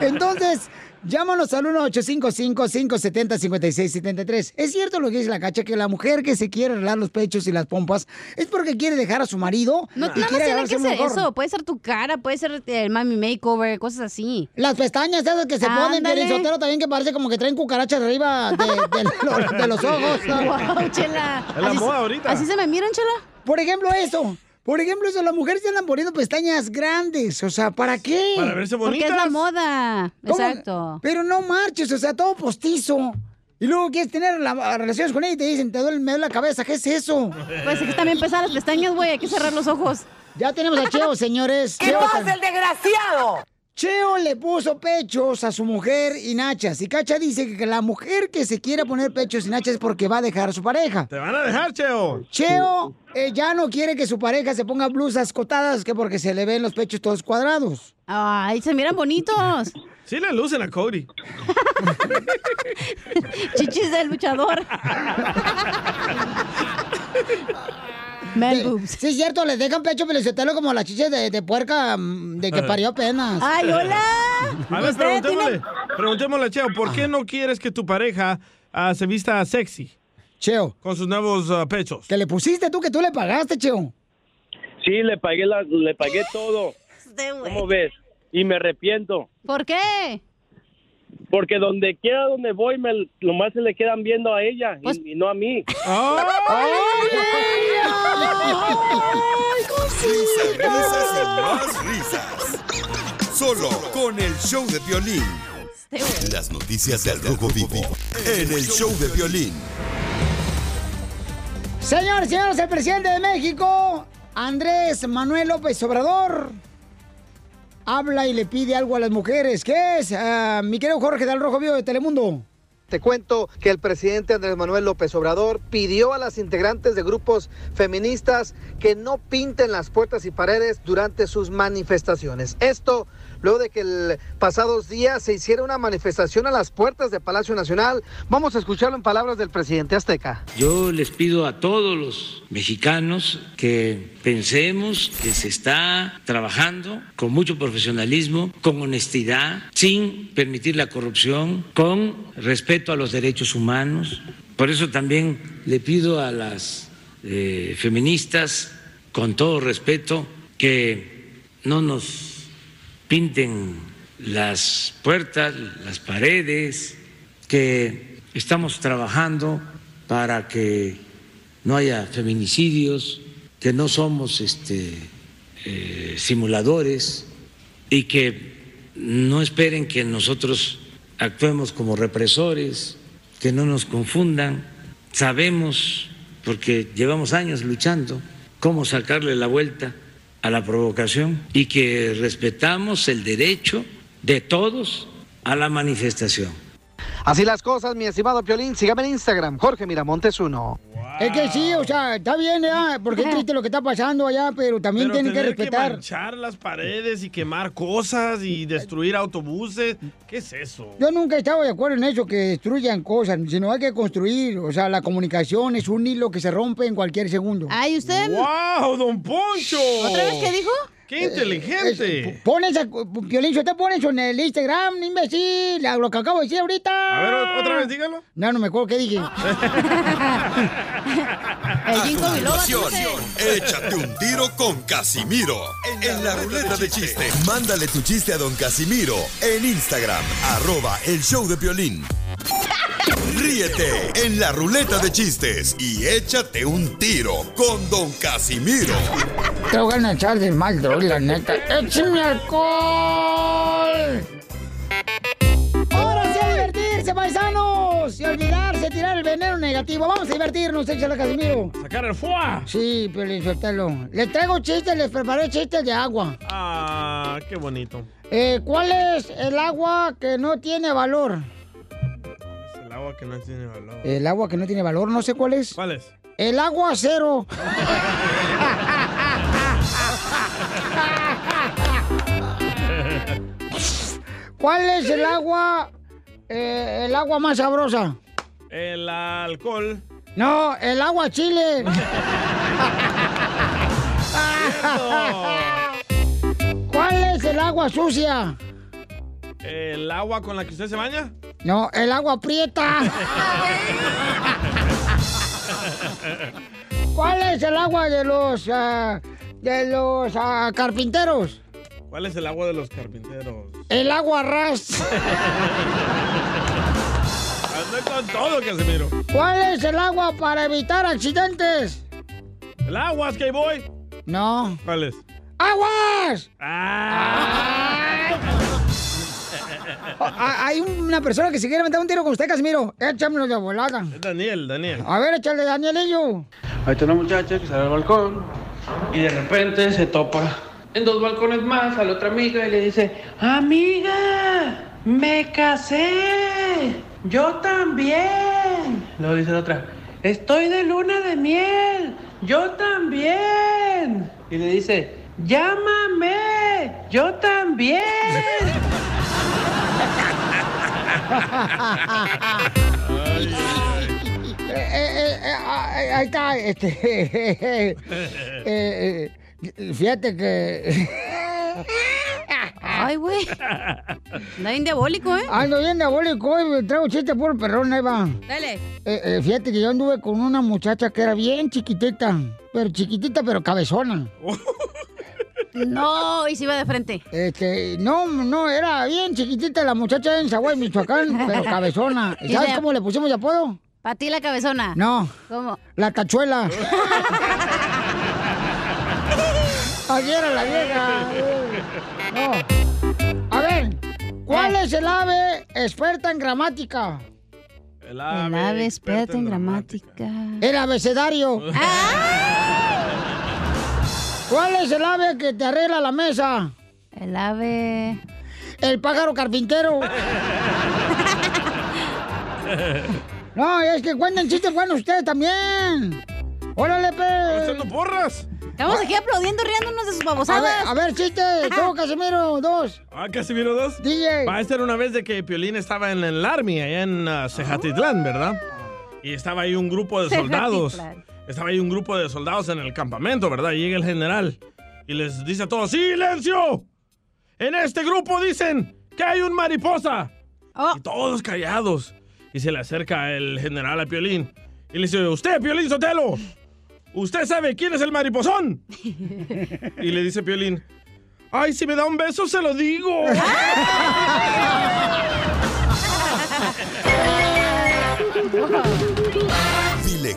Entonces, llámanos al 1-855-570-5673. Es cierto lo que dice la cacha, que la mujer que se quiere arreglar los pechos y las pompas es porque quiere dejar a su marido.
No,
y
no,
quiere
no tiene
agarrarse
que
un
ser
mejor.
eso. Puede ser tu cara, puede ser el mami makeover, cosas así.
Las pestañas esas que se ponen,
Ándale.
Piolín Sotelo, también que parece como que traen cucarachas de arriba Ah, de, de lo- de los ojos.
Guau, chela. Es la Así se- moda ahorita. así se me miran, chela.
Por ejemplo, eso. Por ejemplo, eso, las mujeres se andan poniendo pestañas grandes. O sea, ¿para qué?
Para verse Porque es la bonitas. moda.
¿Cómo?
Exacto.
Pero no marches, o sea, todo postizo. Y luego quieres tener la- relaciones con ella y te dicen, te duele, me duele la cabeza, ¿qué es eso?
Pues es que también pesan las pestañas, güey, hay que cerrar los ojos.
Ya tenemos a Cheo, señores.
¿Qué pasa,
el desgraciado? Cheo le puso pechos a su mujer y nachas. Y Cacha dice que la mujer que se quiere poner pechos y nachas es porque va a dejar a su pareja.
Te van a dejar, Cheo.
Cheo eh, ya no quiere que su pareja se ponga blusas cotadas que porque se le ven los pechos todos cuadrados.
Ay, se miran bonitos.
Sí le lucen a Cody.
Chichis del luchador.
Sí, Sí, es cierto, les dejan pecho pelicetelo como las chiches de, de puerca mm, de que parió apenas.
¡Ay, hola!
A ver, preguntémosle, preguntémosle a Cheo, ¿por qué no quieres que tu pareja ah, se vista sexy?
Cheo.
Con sus nuevos ah, pechos.
Que le pusiste tú, que tú le pagaste, Cheo.
Sí, le pagué, la- le pagué todo. ¿Cómo ves? Y me arrepiento.
¿Por qué?
Porque donde quiera donde voy, me, lo más se le quedan viendo a ella y- y, no a mí.
Risas, risas y más risas. Solo con el show de violín. Las noticias del Rojo Vivo. En el show de violín.
Señores, señores, el presidente de México, Andrés Manuel López Obrador, habla y le pide algo a las mujeres. ¿Qué es? Ah, mi querido Jorge del Rojo Vivo de Telemundo.
Te cuento que el presidente Andrés Manuel López Obrador pidió a las integrantes de grupos feministas que no pinten las puertas y paredes durante sus manifestaciones. Esto luego de que el pasados días se hiciera una manifestación a las puertas de Palacio Nacional. Vamos a escucharlo en palabras del presidente azteca.
Yo les pido a todos los mexicanos que pensemos que se está trabajando con mucho profesionalismo, con honestidad, sin permitir la corrupción, con respeto a los derechos humanos. Por eso también le pido a las eh, feministas, con todo respeto, que no nos pinten las puertas, las paredes, que estamos trabajando para que no haya feminicidios, que no somos este, eh, simuladores y que no esperen que nosotros actuemos como represores, que no nos confundan. Sabemos, porque llevamos años luchando, cómo sacarle la vuelta a la provocación y que respetamos el derecho de todos a la manifestación.
Así las cosas, mi estimado Piolín. Sígame en Instagram, Jorge Miramontes 1.
Es que sí, Eh, o sea, está bien, ¿eh? porque es triste lo que está pasando allá, pero también
Pero
tienen que
tener
respetar.
manchar las paredes y quemar cosas y destruir autobuses. ¿Qué es eso?
Yo nunca he estado de acuerdo en eso, que destruyan cosas, sino hay que construir, o sea, la comunicación es un hilo que se rompe en cualquier segundo.
Ay, usted...
¡Wow, don Poncho!
¿Otra vez qué dijo?
¡Qué inteligente!
Eh, Pon esa, Piolín, te pones en el Instagram, imbécil, lo que acabo de decir ahorita.
A ver, otra vez, dígalo.
No, no me acuerdo qué dije.
El
A
ginkgo biloba.
continuación, échate un tiro con Casimiro en la ruleta de chiste. Mándale tu chiste a don Casimiro en Instagram, arroba el show de Piolín. Ríete en la ruleta de chistes y échate un tiro con don Casimiro.
Te voy a echar de mal, droga, la neta. ¡Échame alcohol! ¡Ahora sí a divertirse, paisanos! Y olvidarse, tirar el veneno negativo. Vamos a divertirnos, échale Casimiro.
¡Sacar el fuá!
Sí, Piolín, suéltalo. Les traigo chistes, les preparé chistes de agua.
Ah, qué bonito.
Eh, ¿Cuál es el agua que no tiene valor?
Es el agua que no tiene valor.
El agua que no tiene valor, no sé cuál es.
¿Cuál es?
El agua cero. ¿Cuál es el agua, eh, el agua más sabrosa?
El alcohol.
No, el agua chile. ¿Cuál es el agua sucia?
¿El agua con la que usted se baña?
No, el agua prieta. ¿Cuál es el agua de los ah, de los ah, carpinteros?
¿Cuál es el agua de los carpinteros?
El agua ras.
Ando con todo, Casimiro.
¿Cuál es el agua para evitar accidentes?
¿El agua es que voy?
No.
¿Cuál es?
¡Aguas! Ah, Hay una persona que se quiere meter un tiro con usted, Casimiro. Échamelo de volada.
Es Daniel, Daniel.
A ver, échale, Danielillo.
Ahí está una muchacha que sale al balcón y de repente se topa en dos balcones más a la otra amiga y le dice, amiga, me casé, yo también. Luego dice la otra, estoy de luna de miel, yo también. Y le dice, llámame, yo también.
Eh, eh, eh, ah, eh, ahí está, este. eh, eh, eh, fíjate que.
Ay, güey. Anda bien diabólico, ¿eh?
Ando bien diabólico, eh, me traigo chiste por perrón, ahí va.
Dale.
Eh, eh, fíjate que yo anduve con una muchacha que era bien chiquitita, pero chiquitita, pero cabezona.
No, y se iba de frente.
Este, no, no, era bien chiquitita la muchacha en Zaguay, Michoacán, pero cabezona.
Ah, Y
¿Sabes
de-
cómo le pusimos de apodo?
¿Para ti la cabezona?
No.
¿Cómo?
La cachuela. Así era la vieja. No. A ver, ¿cuál es el ave experta en gramática?
El
El ave experta en gramática.
El abecedario.
Ah.
¿Cuál es el ave que te arregla la mesa?
El ave.
El pájaro carpintero. No, es que cuenten chistes buenos ustedes también. Órale, pe.
no porras.
Estamos aquí aplaudiendo, riéndonos de sus
A
babosadas.
ver, a ver, chiste. Tengo Casimiro, dos.
Ah, Casimiro 2.
DJ.
Va a ser una vez de que Piolín estaba en el Army, allá en ah, Cejatitlán, ¿verdad? Y estaba ahí un grupo de soldados.
Cejatitlán.
Estaba ahí un grupo de soldados en el campamento, ¿verdad? Y llega el general y les dice a todos, ¡Silencio! En este grupo dicen que hay un mariposa. Y todos callados. Y se le acerca el general a Piolín. Y le dice, usted, Piolín Sotelo, ¿usted sabe quién es el mariposón? Y le dice Piolín, ay, si me da un beso se lo digo.
Ah,
Dile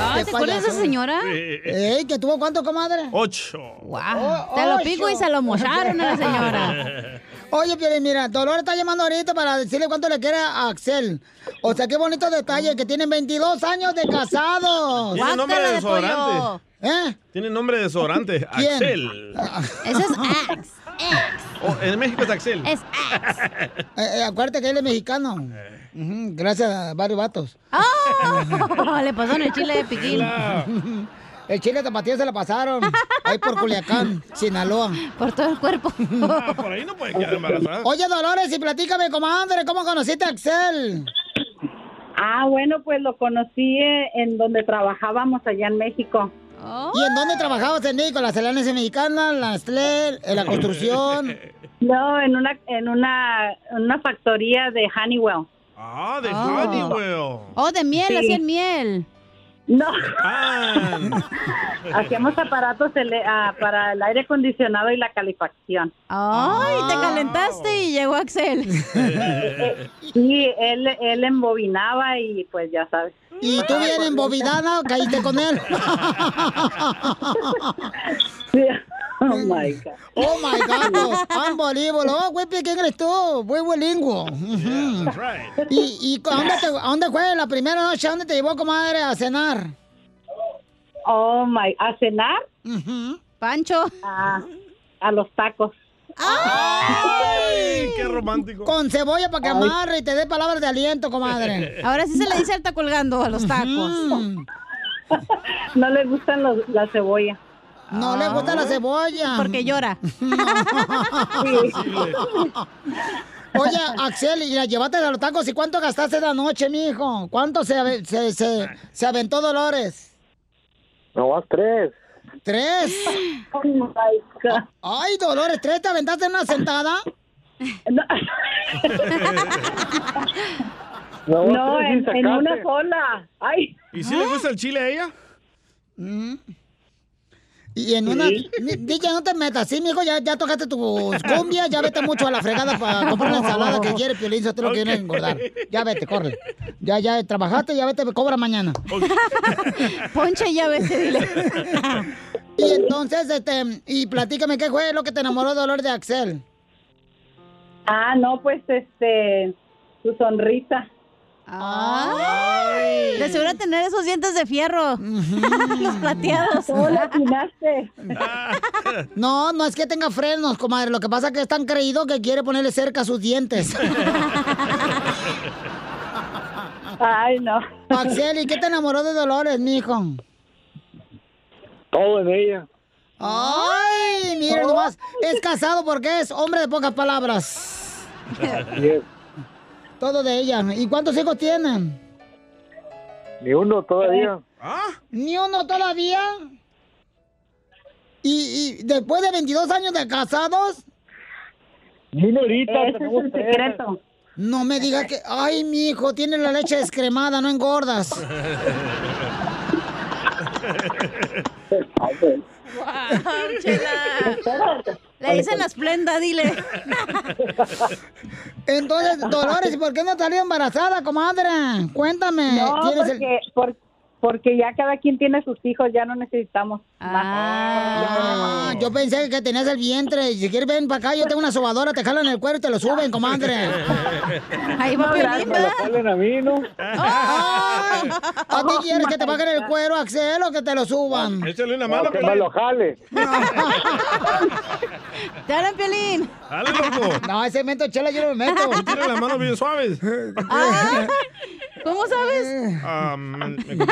Ah,
Qué
¿te acuerdas de esa
payaso.
señora?
Ey, ¿Que tuvo cuánto, comadre? Oh,
Ocho.
Wow.
Te lo pico y se lo mocharon a la señora.
Oye, Piolín, mira, Dolores está llamando ahorita para decirle cuánto le quiere a Axel. O sea, qué bonito detalle, que tienen 22 años de casados.
Tiene nombre de desodorante.
¿Eh?
Tiene nombre de desodorante.
¿Quién?
Axel.
Eso es
Oh, en México es Axel.
Es Eh, eh, acuérdate que él es mexicano.
Eh.
Ujú, gracias a varios vatos.
¡Oh! Le pasaron el chile de piquín. Chela.
El chile de tapatío se la pasaron. Ahí por Culiacán, Sinaloa.
Por todo el cuerpo.
Ah, Por ahí no puede quedar embarazada.
Oye, Dolores, y platícame, comadre, ¿cómo conociste a Axel?
Ah, bueno, pues lo conocí eh, en donde trabajábamos allá en México.
¿Y en dónde trabajabas en México? ¿Las alianzas mexicanas, las TLER, en la construcción?
No, en una en una, en una factoría de Honeywell.
Ah, de
Oh.
Honeywell.
Oh, de miel,
Sí.
hacían miel.
No.
Hacíamos.
Hacíamos aparatos ele- ah, para el aire acondicionado y la calefacción.
Ay, te calentaste y llegó Axel.
Y él, él embobinaba y pues ya sabes.
¿Y tú bien embobinada o caíste con él?
Oh my God.
Oh my God, unbelievable. Oh, güey, ¿quién eres tú? Muy bilingüe. Ujú. ¿Y, y a, dónde te- a dónde fue la primera noche? ¿A dónde te llevó, comadre, a cenar?
Oh my, ¿a cenar?
Pancho.
a los tacos.
¡Ay! ¡Qué romántico!
Con cebolla para que
Ay.
amarre y te dé palabras de aliento, comadre.
Ahora sí se le dice alta colgando a los tacos.
No le gustan los, la cebolla.
No le gusta la cebolla.
Ah. Porque llora.
Oye, Axel, y la llevaste a los tacos. ¿Y cuánto gastaste la noche, mijo? ¿Cuánto se, ave- se, se, se aventó Dolores?
No vas tres.
¿Tres? Ay, Dolores, ¿tres te aventaste en una sentada?
No, en, en una
foto.
sola. Ay. Ah.
¿Y si le gusta el chile a ella?
Y en una. Ni- DJ, no te metas, sí, mijo, ya, ya tocaste tus cumbias, ya vete mucho a la fregada para comprar la ensalada que quiere Piolín, si te lo quiere
Ok.
engordar. Ya vete, corre. Ya, ya trabajaste, ya vete, cobra mañana.
Ponche y ya vete, dile.
Y entonces, este, y platícame qué fue lo que te enamoró Dolor de Axel.
Ah, no, pues este, su sonrisa.
Ay. De seguro tener esos dientes de fierro. los plateados.
¿Cómo le atinaste?
No, no es que tenga frenos, comadre. Lo que pasa es que es tan creído que quiere ponerle cerca sus dientes.
Ay, no.
Axel, ¿y qué te enamoró de Dolores, mijo?
Todo en ella.
Ay, mira nomás. Es casado porque es hombre de pocas palabras.
Así es.
Todo de ella. ¿Y cuántos hijos tienen?
Ni uno todavía.
Ni uno todavía. ¿Y, y después de 22 años de casados?
Ni ahorita.
Eh, Ese tenemos es el tres. secreto.
No me digas que, ay, mi hijo, tiene la leche descremada, no engordas.
Guau, Chela. Le dicen la esplenda, dile.
Entonces, Dolores, ¿y por qué no salió embarazada, comadre? Cuéntame.
No,
¿tienes el-
porque, por- porque ya cada quien tiene sus hijos, ya no necesitamos
Ah, yo pensé que tenías el vientre. Y Si quieres, ven para acá. Yo tengo una sobadora, te jalan el cuero y te lo suben, comadre.
Ahí va Piolín,
Me lo
¿verdad?
ponen a mí, ¿no?
Ay, ¿A ti quieres que te bajen el cuero, Axel, o que te lo suban?
Échale una
No,
mano,
que me lo jale.
¡Te hablan, Piolín!
Dale, loco.
No, ese meto chela yo no me meto.
Tiene las manos bien suaves.
Ah, ¿Cómo sabes?
Ah, me- me-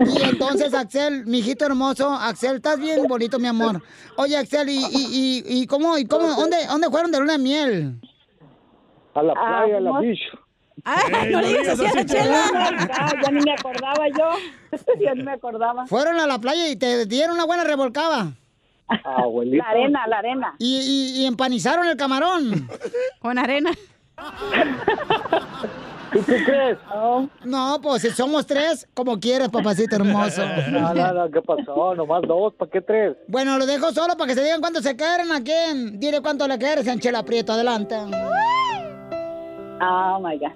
Y entonces, Axel, mijito hermoso, Axel, estás bien bonito, mi amor. Oye, Axel, ¿y, y, y, y cómo, y cómo, dónde, dónde fueron de luna de miel?
A la
Ah,
playa, a la
vamos.
beach.
Ay, Ah, no le digas así a la chela.
Ah, ya ni me acordaba yo. ya ni me acordaba.
Fueron a la playa y te dieron una buena revolcada.
Abuelita.
La arena, la arena.
Y, y- y empanizaron el camarón.
Con arena.
¿Tú qué crees? No, pues si somos tres, como quieras, papacito hermoso.
No, no, no, ¿qué pasó? Nomás dos, ¿para qué tres?
Bueno, lo dejo solo para que se digan cuánto se quieren a quién. Dile cuánto le quieres, Anchela Prieto, adelante.
Oh my God.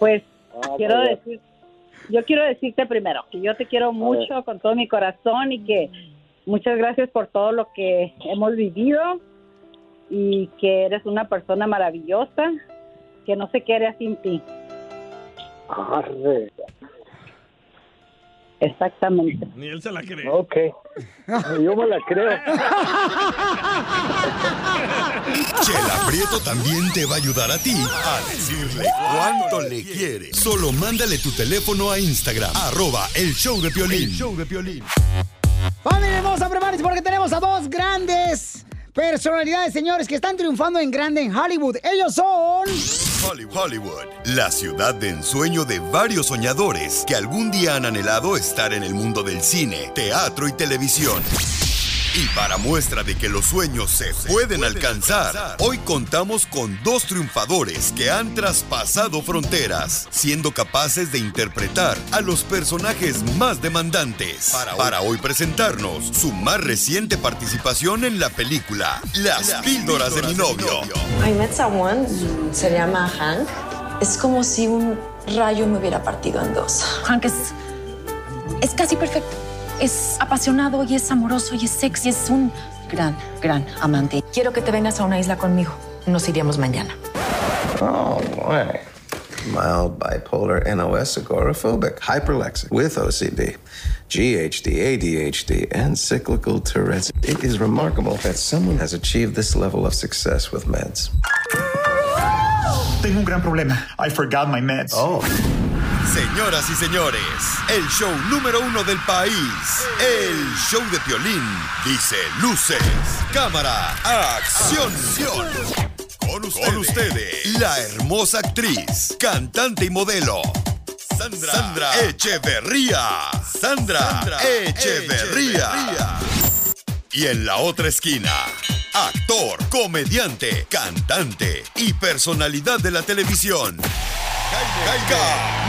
Pues
Ah,
quiero
pues.
decir, yo quiero decirte primero que yo te quiero mucho con todo mi corazón y que muchas gracias por todo lo que hemos vivido y que eres una persona maravillosa que no se quede sin ti.
Arre.
Exactamente.
Ni él se la cree.
Ok. Yo me la creo.
Chela Prieto también te va a ayudar a ti a decirle cuánto le quiere. Solo mándale tu teléfono a Instagram, arroba el show de Piolín.
El Familia hermosa, prepárense porque tenemos a dos grandes personalidades, señores, que están triunfando en grande en Hollywood. Ellos son...
Hollywood. la ciudad de ensueño de varios soñadores que algún día han anhelado estar en el mundo del cine, teatro y televisión. Y para muestra de que los sueños se pueden alcanzar, hoy contamos con dos triunfadores que han traspasado fronteras, siendo capaces de interpretar a los personajes más demandantes. Para hoy, para hoy presentarnos su más reciente participación en la película Las píldoras de mi novio.
I met someone, se llama Hank. Es como si un rayo me hubiera partido en dos. Hank es. es casi perfecto. Es apasionado y es amoroso y es sexy. Es un gran, gran amante. Quiero que te vengas a una isla conmigo. Nos iríamos mañana.
Oh boy. Mild bipolar NOS agoraphobic, hyperlexic with OCD, GHD, ADHD, and cyclical Tourette's. It is remarkable that someone has achieved this level of success with meds.
Tengo un gran problema. I forgot my meds. Oh.
Señoras y señores, el show número uno del país, el show de violín, dice luces, cámara, acción. Con ustedes, la hermosa actriz, cantante y modelo. Sandra, Echeverría. Sandra, Echeverría. Y en la otra esquina, actor, comediante, cantante y personalidad de la televisión.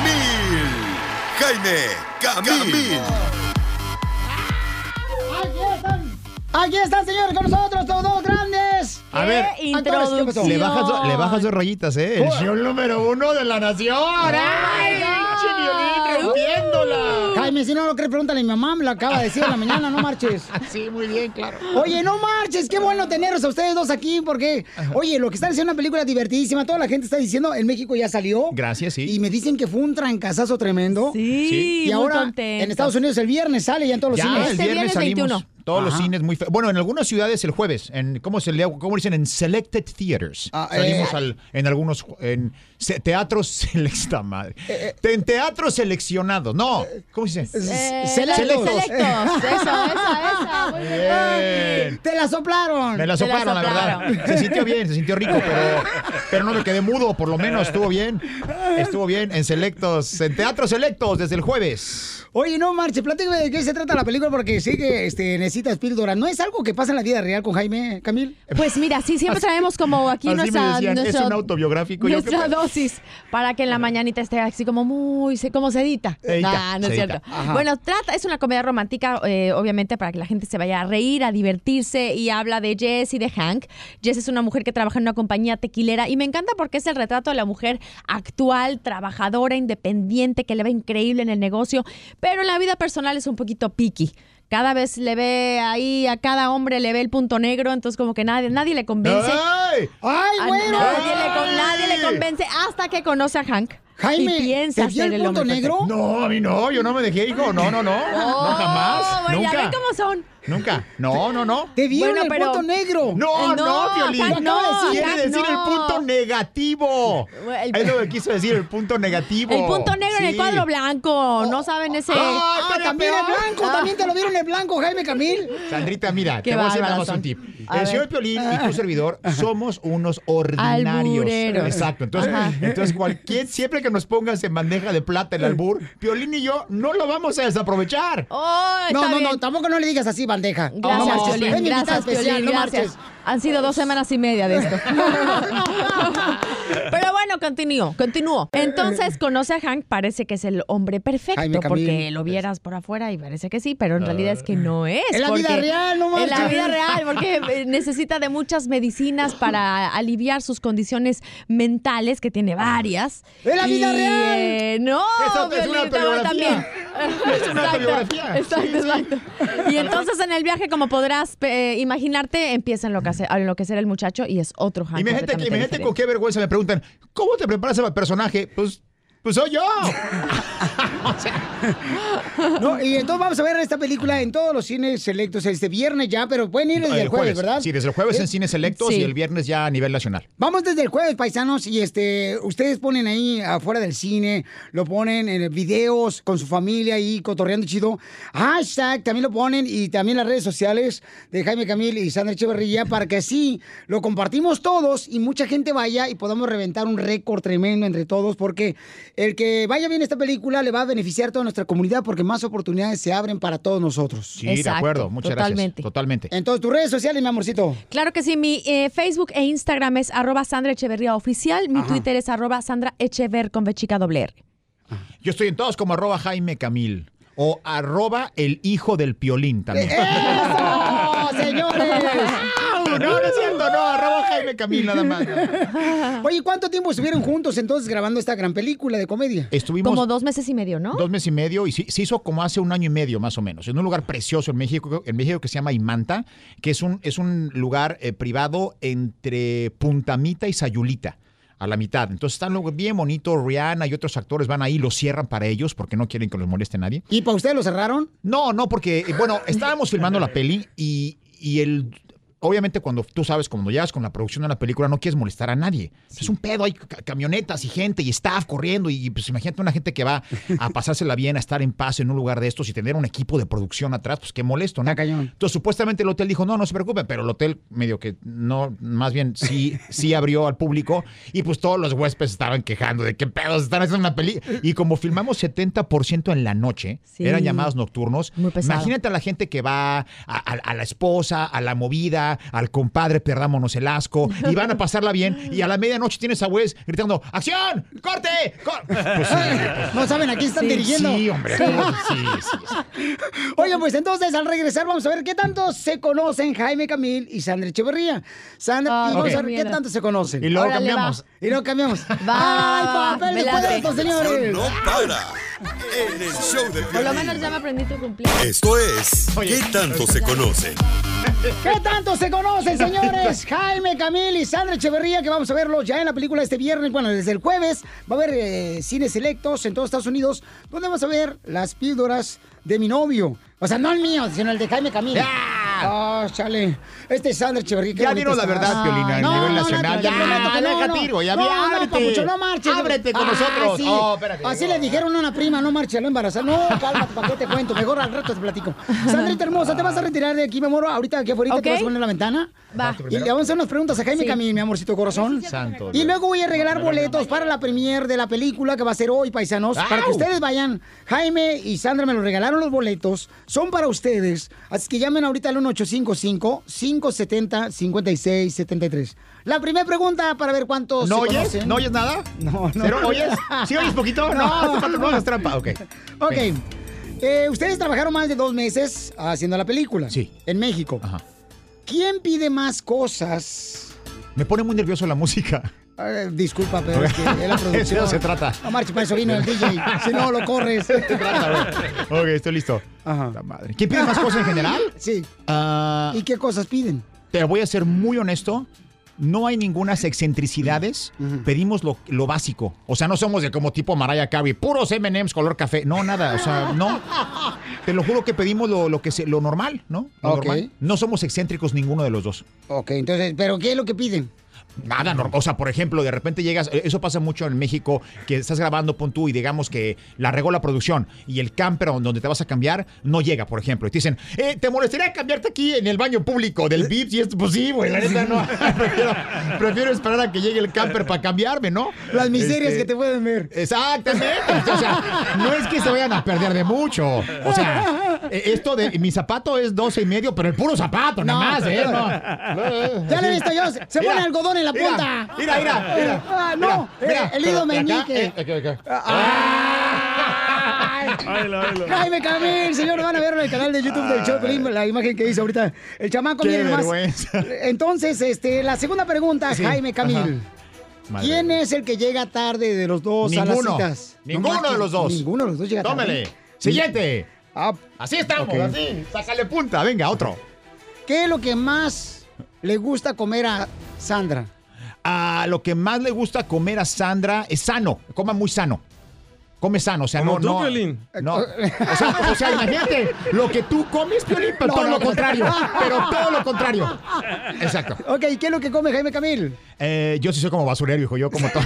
Camil. Jaime Camil.
Aquí están, aquí están, señores, con nosotros, los dos grandes.
A ver,
Actores, ¿qué pasó?
le bajas, do- le bajas dos rayitas, ¿eh? El
Joder.
show número uno de la nación. ¡Ay!
¡Ay, Jaime, si no lo crees, pregúntale a mi mamá, me lo acaba de decir en la mañana, no marches.
Sí, muy bien, claro.
Oye, no marches, qué bueno teneros a ustedes dos aquí, porque, oye, lo que están haciendo es una película divertidísima, toda la gente está diciendo, en México ya salió.
Gracias, sí.
Y me dicen que fue un trancazazo tremendo.
Sí,
Y
muy
ahora,
contenta.
en Estados Unidos el viernes sale ya en todos los
Ya,
cines. este
el viernes salimos. Todos los cines muy fe- Bueno, en algunas ciudades el jueves, en ¿cómo se le cómo dicen? En selected theaters.
Ah,
Salimos
eh.
al, en algunos ju- en se- teatros selecta madre. en teatros seleccionados. No, ¿cómo se dice?
Eh,
Selectos.
Eso,
esa, esa. Muy
Bien.
Te la soplaron.
Me la soplaron, la verdad. Se sintió bien, se sintió rico, pero, pero no me quedé mudo, por lo menos estuvo bien. Estuvo bien en selectos, en teatros selectos desde el jueves.
Oye, no marches, platícame de qué se trata la película porque sí que este, necesitas píldora. ¿No es algo que pasa en la vida real con Jaime, Camil?
Pues mira, sí, siempre traemos como aquí
Así me
nuestra,
decían, es
nuestro-
un autobiográfico. Yo,
nuestra
¿qué-
dosis para que en la mañanita esté así como muy, se- como sedita.
Sedita,
Nah, no es
sedita.
cierto.
Ajá.
Bueno, trata, es una comedia romántica, eh, obviamente, para que la gente se vaya a reír, a divertirse y habla de Jess y de Hank. Jess es una mujer que trabaja en una compañía tequilera y me encanta porque es el retrato de la mujer actual, trabajadora, independiente, que le va increíble en el negocio, pero en la vida personal es un poquito picky. Cada vez le ve ahí, a cada hombre le ve el punto negro, entonces como que nadie, nadie le convence.
¡Ay!
A
güero!
Nadie, le, con-
¡Ay!
nadie le convence hasta que conoce a Hank.
Jaime,
y piensa
¿te vio el
ser el,
punto
hombre
negro?
perfecto. Oh,
No, a mí no, yo no me dejé, hijo. No, no, no. no, jamás.
bueno, ya
nunca.
ven cómo son.
Nunca. No, no, no.
Te
vieron Bueno, el pero- punto
negro.
No, no,
Eh, no,
Piolín.
Hank, no,
Quiere
Hank,
decir
no.
el punto negativo.
El-
Es lo que quiso decir, el punto negativo.
El punto negro en el
Sí.
cuadro blanco. No saben ese.
Ah, estaría
Oh. también
peor.
el blanco,
Ah.
también te lo vieron el blanco, Jaime Camil.
Sandrita, mira,
Qué
te voy a hacer
bárbaras
nada más
son.
un tip.
A
el señor
ver.
Piolín y tu servidor somos unos ordinarios.
Albureros.
Exacto. Entonces,
Ajá.
entonces cualquier, siempre que nos pongas en bandeja de plata el albur, Piolín y yo no lo vamos a desaprovechar.
Oh,
no, no, no, tampoco no le digas así, bandeja.
Gracias,
no, marches,
Piolín,
es mi invitada
gracias,
especial,
Piolín,
no
gracias.
marches.
Han sido dos semanas y media de esto. Pero bueno, continúo, continúo. Entonces conoce a Hank, parece que es el hombre perfecto,
Jaime Camil.
porque lo vieras por afuera y parece que sí, pero en realidad es que no es.
En la vida
porque-
real, no
En la
manches.
vida real, porque eh, necesita de muchas medicinas para aliviar sus condiciones mentales, que tiene varias.
¡En la vida
Y,
real!
eh, no,
Eso es una
Violín, te voy
autobiografía.
también.
Es una
Exacto,
autobiografía.
Exacto,
Sí, sí.
exacto. Y entonces en el viaje, como podrás eh, imaginarte, empieza a enloquecer, a enloquecer el muchacho y es otro Hank.
Imagínate, que-
completamente
imagínate con
diferente.
qué vergüenza me preguntan, ¿cómo te preparas para el personaje? Pues, pues soy yo.
No, y entonces vamos a ver esta película en todos los cines selectos este viernes ya, pero pueden ir desde el, jueves, ¿verdad?
Sí, desde el jueves en
Eh,
cines selectos
sí.
y el viernes ya a nivel nacional.
Vamos desde el jueves, paisanos, y este, ustedes ponen ahí afuera del cine, lo ponen en videos con su familia ahí cotorreando chido. Hashtag también lo ponen y también las redes sociales de Jaime Camil y Sandra Echeverría para que así lo compartimos todos y mucha gente vaya y podamos reventar un récord tremendo entre todos porque el que vaya bien esta película le va a beneficiar a toda nuestra comunidad porque más oportunidades se abren para todos nosotros.
Sí, de acuerdo. Muchas gracias. Totalmente.
Entonces, tus redes sociales, mi amorcito.
Claro que sí, mi eh, Facebook e Instagram es arroba Sandra Echeverría Oficial, mi
Ajá.
Twitter es arroba Sandra Echever con B chica doble R.
Yo estoy en todos como arroba Jaime Camil o arroba el hijo del piolín también.
Eh, ¡Eso, ¡Oh, señores!
¡Au! No, no es cierto, no, arroba Jaime Camil nada más.
Oye, ¿cuánto tiempo estuvieron juntos entonces grabando esta gran película de comedia?
Estuvimos
Como dos meses y medio, ¿no?
Dos meses y medio y sí- se hizo como hace un año y medio más o menos, en un lugar precioso en México, en México que se llama Imanta, que es un, es un lugar eh, privado entre Puntamita y Sayulita. A la mitad. Entonces están luego bien bonito. Rihanna y otros actores van ahí, lo cierran para ellos porque no quieren que los moleste nadie.
¿Y para ustedes lo cerraron?
No, no, porque, eh, bueno, estábamos filmando la peli y, y el. Obviamente, cuando tú sabes, cuando llegas con la producción de una película, no quieres molestar a nadie. Es un pedo, hay ca- camionetas y gente y staff corriendo. Y pues imagínate una gente que va a pasársela bien, a estar en paz en un lugar de estos y tener un equipo de producción atrás, pues qué molesto, ¿no? Entonces, supuestamente el hotel dijo, no, no se preocupen, pero el hotel medio que no, más bien sí, sí abrió al público y pues todos los huéspedes estaban quejando de qué pedos están haciendo una peli. Y como filmamos 70% en la noche,
Sí.
eran llamadas nocturnos.
pesado.
Imagínate a la gente que va a, a- a la esposa, a la movida, al compadre, perdámonos el asco, y van a pasarla bien. Y a la medianoche tienes a güeyes gritando, ¡acción! ¡Corte! cor-". Pues sí, pues-
No saben, aquí están
Sí,
dirigiendo.
Sí, hombre.
Sí.
¿cómo? Sí, sí.
Oigan, pues entonces al regresar vamos a ver qué tanto se conocen Jaime Camil y Sandra Echeverría. Sandra, y
Ah,
vamos
ok.
a ver qué
miedo.
tanto se conocen.
Y luego Órale, cambiamos.
Y luego cambiamos.
va,
¡Ay,
va,
papel
me
de
late.
puerto, señores!
No para. En el show de
Por lo
Piolín.
menos ya me aprendí tu cumpleaños.
Esto es ¿Qué tanto se conocen?
¿Qué tanto se conocen, señores? Jaime, Camil y Sandra Echeverría, que vamos a verlo ya en la película este viernes. Bueno, desde el jueves va a haber eh, cines selectos en todos Estados Unidos, donde vamos a ver las píldoras de mi novio. O sea, no el mío, sino el de Jaime Camil. ¡Ah! chale! Este es Sandra Echeverría. qué
Ya
bonito
dinos la
está.
verdad, Piolina, a nivel nacional.
te
Ya,
prometo que
deja tiro, ya,
no,
ya,
no,
ábrete.
papucho, no marches.
Ábrete con
Ah,
nosotros.
sí.
Oh, espérate.
Así le dijeron a una prima, no marches, lo embarazada. No, cálmate, ¿para qué te cuento? Mejor al rato te platico. Sandrita hermosa, ¿te vas a retirar de aquí, mi amor? Ahorita aquí afuera te
Ok.
vas a poner en la ventana.
Va.
Y le vamos a hacer unas preguntas a Jaime
Sí.
Camil, mi amorcito corazón.
Santo.
Y luego voy a regalar boletos para la premier de la película que va a ser hoy, paisanos, para que
¡Au!
ustedes vayan. Jaime y Sandra me los regalaron los boletos, son para ustedes, así que llamen ahorita al 1855-570-5673. La primera pregunta para ver cuántos
¿No
se
oyes?
conocen.
¿No oyes nada?
No, no.
¿Cero? ¿Oyes? ¿Sí oyes poquito? No, no, no hagas trampa. Ok.
Ok.
Venga.
Eh, ustedes trabajaron más de dos meses haciendo la película. Sí. En México. ¿Quién pide más cosas?
Me pone muy nervioso la música.
Eh, disculpa, pero es que es la producción.
De eso se trata.
No marches, para eso vino el DJ. Si no, lo corres.
Ok, estoy listo. La madre. ¿Quién pide más cosas en general?
Sí.
Ah,
¿Y qué cosas piden?
Te voy a ser muy honesto. No hay ningunas excentricidades.
Mm.
Pedimos lo, lo básico. O sea, no somos de como tipo Mariah Carey, puros M&M's color café. No, nada. O sea, no. Te lo juro que pedimos lo, lo que se- lo normal, ¿no? Lo
Ok.
normal. No somos excéntricos ninguno de los dos.
Ok, entonces, ¿pero qué es lo que piden?
Nada, normal. o sea, por ejemplo, de repente llegas, eh, eso pasa mucho en México, que estás grabando, pon tú, y digamos que la regó la producción y el camper on- donde te vas a cambiar no llega, por ejemplo, y te dicen, eh, ¿te molestaría cambiarte aquí en el baño público del VIP? Y esto, pues sí, güey, la neta no. prefiero, prefiero esperar a que llegue el camper para cambiarme, ¿no? Este,
Las miserias que te pueden ver.
Exactamente. O sea, no es que se vayan a perder de mucho. O sea, eh, esto de mi zapato es 12 y medio, pero el puro zapato, nada más, ¿eh? No.
Ya lo he visto yo. Se
Mira.
pone algodón en la
Mira,
punta.
mira, mira, mira.
Ah, no,
Mira,
eh, el dedo
mira, de acá,
meñique. Ah,
eh, acá, acá.
Jaime Camil, señor, van a verlo en el canal de YouTube del show, de Piolín, la imagen que hizo ahorita. El chamaco,
Qué
miren más.
vergüenza.
Entonces, este, la segunda pregunta,
Sí,
Jaime Camil.
Madre.
¿Quién es el que llega tarde de los dos a las
Ninguno.
citas?
Ninguno
manches,
de los dos.
Ninguno de los dos llega
Tómele.
tarde.
Siguiente.
Ah,
Así estamos,
ok.
así. Sácale punta. Venga, otro.
¿Qué es lo que más le gusta comer a Sandra?
Ah, lo que más le gusta comer a Sandra es sano. Coma muy sano. Come sano, o sea,
Como
no,
tú,
no.
Piolín.
No. O sea, o sea, imagínate, lo que tú comes, Piolín, pero
No,
todo
no.
lo contrario. Pero todo lo contrario. Exacto.
Ok, ¿qué es lo que come Jaime Camil?
Eh, yo sí soy como basurero, hijo. Yo como todo.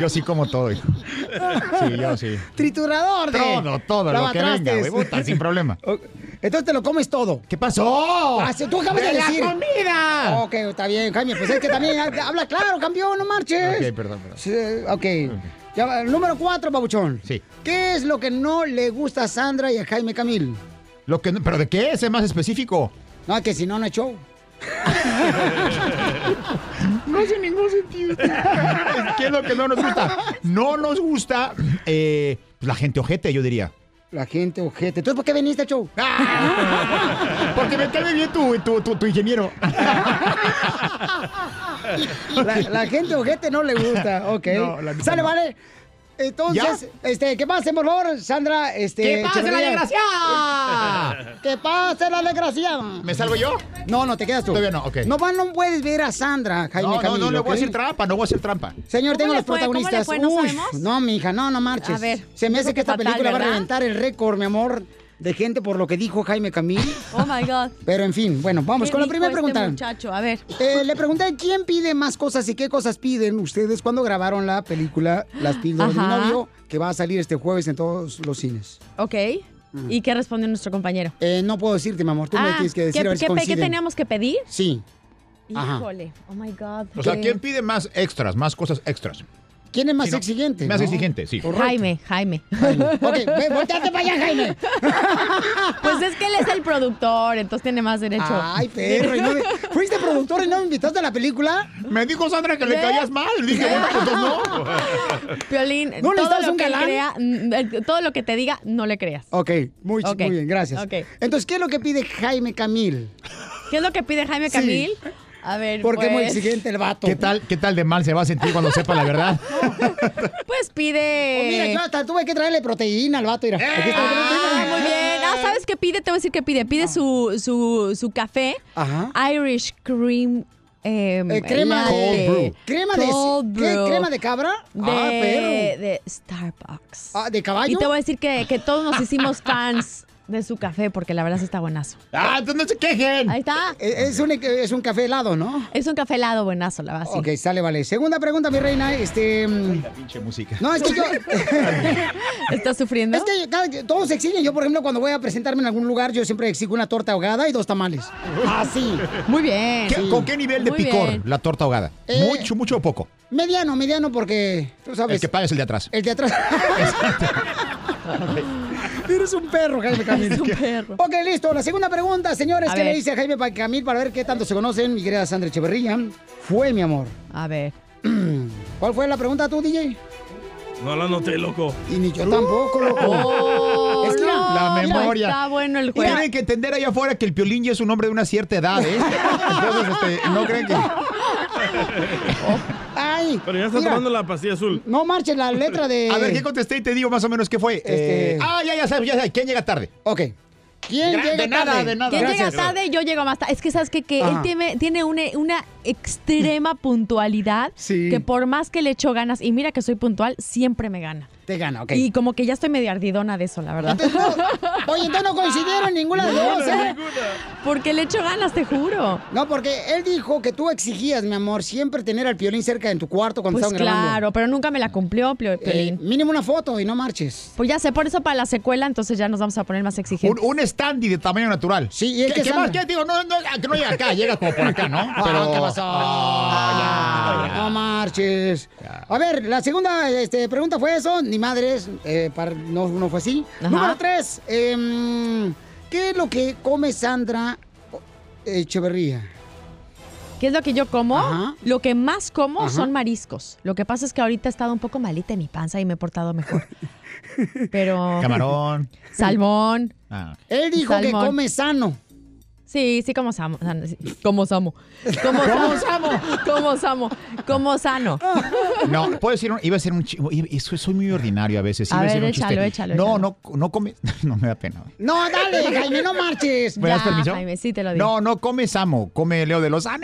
yo sí como todo, hijo. Sí, yo sí.
Triturador de...
Todo, todo, lo que venga,
lavatrastes.
güey. puta, sin problema.
Entonces te lo comes todo.
¿Qué pasó?
Ah, sí, tú acabas de,
¡De la
decir.
comida!
Ok, está bien, Jaime. Pues es que también ha- habla claro, campeón, no marches.
Ok, perdón, perdón.
Sí, ok. Ya va, número cuatro, babuchón.
Sí.
¿Qué es lo que no le gusta a Sandra y a Jaime Camil?
Lo que, no- ¿Pero de qué? Sé más específico.
No, que si no, no es show.
No hace ningún sentido. ¿Qué es lo que no nos gusta? No nos gusta eh, pues, la gente ojete, yo diría.
La gente ojete. ¿Entonces por qué viniste al show?
¡Ah! Porque me cae bien tu, tu, tu, tu ingeniero.
La, la gente ojete no le gusta. Ok.
No, la neta
Sale,
no.
vale. Entonces, este, que pasen, por favor, Sandra, este.
¡Que pase la
Echeverría.
desgraciada!
¡Que pase la desgraciada!
¿Me salgo yo?
No, no, te quedas tú.
Todavía no, ok.
No, van- no puedes ver a Sandra, Jaime
No, no,
Camil,
no le
¿ok?
voy a hacer trampa, no voy a hacer trampa.
Señor,
¿Cómo
tengo
le
los
fue? ¿Cómo le
protagonistas.
fue? ¿No
Uy,
sabemos?
no, mija, no, no marches.
A ver,
Se me
yo
hace
creo
que
que
esta
fatal,
película va a
¿verdad?
reventar el récord, mi amor, de gente por lo que dijo Jaime Camil.
Oh my God.
Pero en fin, bueno, vamos
¿Qué
con la
dijo
primera
este
pregunta.
muchacho, a ver.
Eh, le pregunté quién pide más cosas y qué cosas piden ustedes cuando grabaron la película Las píldoras de mi
Ajá.
novio, que va a salir este jueves en todos los cines.
Ok. ¿Y qué respondió nuestro compañero?
Eh, no puedo decirte, mi amor, Mm. tú me
Ah,
tienes que decir
¿qué,
a ver si
qué pe- qué
coinciden.
teníamos que pedir?
Sí. Ajá.
Híjole. Oh my God.
O sea,
qué-
¿quién pide más extras, más cosas extras?
¿Quién es más
Sí, no.
exigente?
Más
no?
exigente, sí.
Jaime, Jaime.
Ok, ve, volteate para allá, Jaime.
Pues es que él es el productor, entonces tiene más derecho.
Ay, perro. ¿y no me- ¿Fuiste productor y no me invitaste a la película?
Me dijo Sandra que le
¿Ve?
caías mal. Dije, bueno, pues entonces no.
Piolín,
¿No
todo
necesitabas
lo
un
que él
galán?
crea, mm, el- todo lo que te diga, no le creas.
Ok, muy,
Ok.
muy bien, gracias.
Ok.
Entonces, ¿qué es lo que pide Jaime Camil?
¿Qué es lo que pide Jaime
Sí.
Camil? A ver,
Porque
pues,
es muy exigente el vato.
¿Qué tal, ¿Qué tal de mal se va a sentir cuando sepa la verdad?
pues
Oh, mira,
pide...
yo hasta tuve que traerle proteína al vato, mira. Aquí está Ah. la
Ah,
proteína.
muy bien. Ah, ¿sabes qué pide? Te voy a decir qué pide. Pide su, su, su café,
Ajá.
Irish cream... em,
Eh, crema
latte.
de... Crema de...
Cold
¿qué?
brew.
¿Crema de cabra?
de,
ah, perro.
de Starbucks.
Ah, ¿de caballo?
Y te voy a decir que, que todos nos hicimos fans de su café porque la verdad sí está buenazo.
¡Ah, entonces no se quejen!
Ahí está.
Eh, Es un, es un café helado, ¿no?
Es un café helado buenazo, la verdad. sí.
Ok, sale, vale. Segunda pregunta, mi reina. Este... mm,
Pinche música.
No, es que yo...
¿Estás sufriendo?
Es que cada- todos exigen. Yo, por ejemplo, cuando voy a presentarme en algún lugar, yo siempre exijo una torta ahogada y dos tamales. Así.
Ah, Muy bien.
¿Qué- ¿Con qué nivel de
Muy
picor
bien.
la torta ahogada?
Eh.
¿Mucho, mucho o poco?
Mediano, mediano, porque tú sabes.
El que paga es el de atrás.
el de atrás. Eres un perro, Jaime Camil.
Es un perro.
Ok, listo. La segunda pregunta, señores,
A
¿qué le
ver.
dice a Jaime pa- Camil para ver qué tanto se conocen? Mi querida Sandra Echeverría. Fue, mi amor.
A ver.
¿Cuál fue la pregunta tú, DJ?
No la noté, loco.
Y ni yo tampoco, loco.
Oh,
Es que la-
no,
la
no,
memoria.
Está bueno el juego.
Tienen que entender allá afuera que el piolín ya es un hombre de una cierta edad, ¿eh? Entonces, este, no creen que.
Ay.
Pero ya está
mira,
tomando la pastilla azul.
No marches la letra de.
A ver, ¿qué contesté y te digo más o menos qué fue?
Este-
Eh, ah, ya, ya sabes, ya sabes. ¿Quién llega tarde?
Ok. ¿Quién
Gra-
llega
de nada,
tarde?
de nada.
¿Quién llega
Gracias.
tarde? Yo llego más tarde. Es que sabes que, que
Ajá.
él tiene, tiene una, una extrema puntualidad
Sí.
que por más que le echo ganas, y mira que soy puntual, siempre me gana.
Te gana, ok.
Y como que ya estoy medio ardidona de eso, la verdad.
Entonces, no, oye, entonces no coincidieron ninguna de las dos, ¿eh?
Porque le echo ganas, te juro.
No, porque él dijo que tú exigías, mi amor, siempre tener al piolín cerca en tu cuarto cuando
Pues
estaban grabando.
claro, pero nunca me la cumplió, Pio-
Eh,
Piolín.
mínimo una foto y no marches.
Pues ya sé, por eso para la secuela, entonces ya nos vamos a poner más
Un,
exigentes.
un standy de tamaño natural.
Sí, y es
¿Qué,
que
qué más?
Sandra-
¿Qué? Digo, no, no, ah, que no llega acá, llega como por acá, ¿no?
Ah, ¿qué pasó?
Ah, ya, ya.
No marches. A ver, la segunda este, pregunta fue eso. Ni madres, eh, para- no, no fue así.
Ajá.
Número tres. em, ¿Qué es lo que come Sandra Echeverría?
¿Qué ¿Qué es lo que yo como? Lo que más como
Ajá.
son mariscos. Lo que pasa es que ahorita he estado un poco malita en mi panza y me he portado mejor. Pero.
Camarón.
Salmón.
Ah.
Él dijo que come sano.
Sí, sí, como samo. sano, sí. Como samo. Como
Como
samo. Como samo. Como sano.
Ah,
No, puedo decir, un- iba a ser un chivo. Soy muy ordinario a veces.
A
iba
ver,
decir un
échalo,
chiste.
échalo,
No, no, no comes. No me da pena.
No, dale, Jaime, no marches.
¿Me das permiso?
Jaime, sí te lo digo.
No, no comes amo, come Leo de los ¡Ah!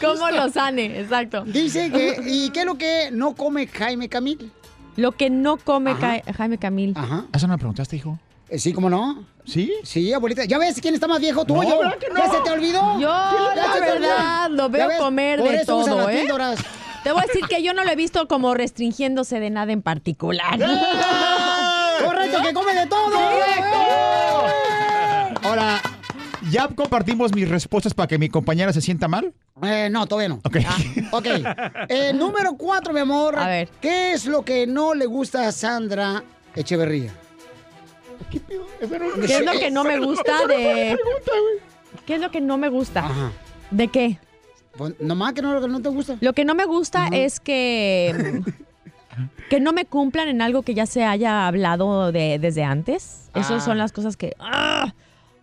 ¿Cómo lo sane? Exacto.
Dice que, ¿y qué es lo que no come Jaime Camil?
Lo que no come Ca- Jaime Camil.
Ajá.
¿Eso no me preguntaste, hijo?
Eh, Sí, ¿cómo no?
¿Sí?
Sí, abuelita. ¿Ya ves quién está más viejo? Tú
No,
o yo.
¿verdad que no?
¿Ya se te olvidó?
Yo,
¿Ya
la
se te olvidó?
verdad, lo
¿Ya
veo
ves?
comer
Por
de
eso usa
todo,
las
¿eh?
píldoras.
Te voy a decir que yo no lo he visto como restringiéndose de nada en particular.
¡Ah! ¡Correcto, que come de todo!
Ahora, ¿ya compartimos mis respuestas para que mi compañera se sienta mal?
Eh, no, todavía no. Ah,
Ok.
Ok. Eh, número cuatro, mi amor.
A ver.
¿Qué es lo que no le gusta a Sandra Echeverría?
¿Qué es lo que no me gusta de...? ¿Qué es lo que no me gusta? ¿De qué?
Pues, nomás que no, lo que no te gusta.
Lo que no me gusta es que... Que no me cumplan en algo que ya se haya hablado de, desde antes.
Ah.
Esas son las cosas que... ¡ah!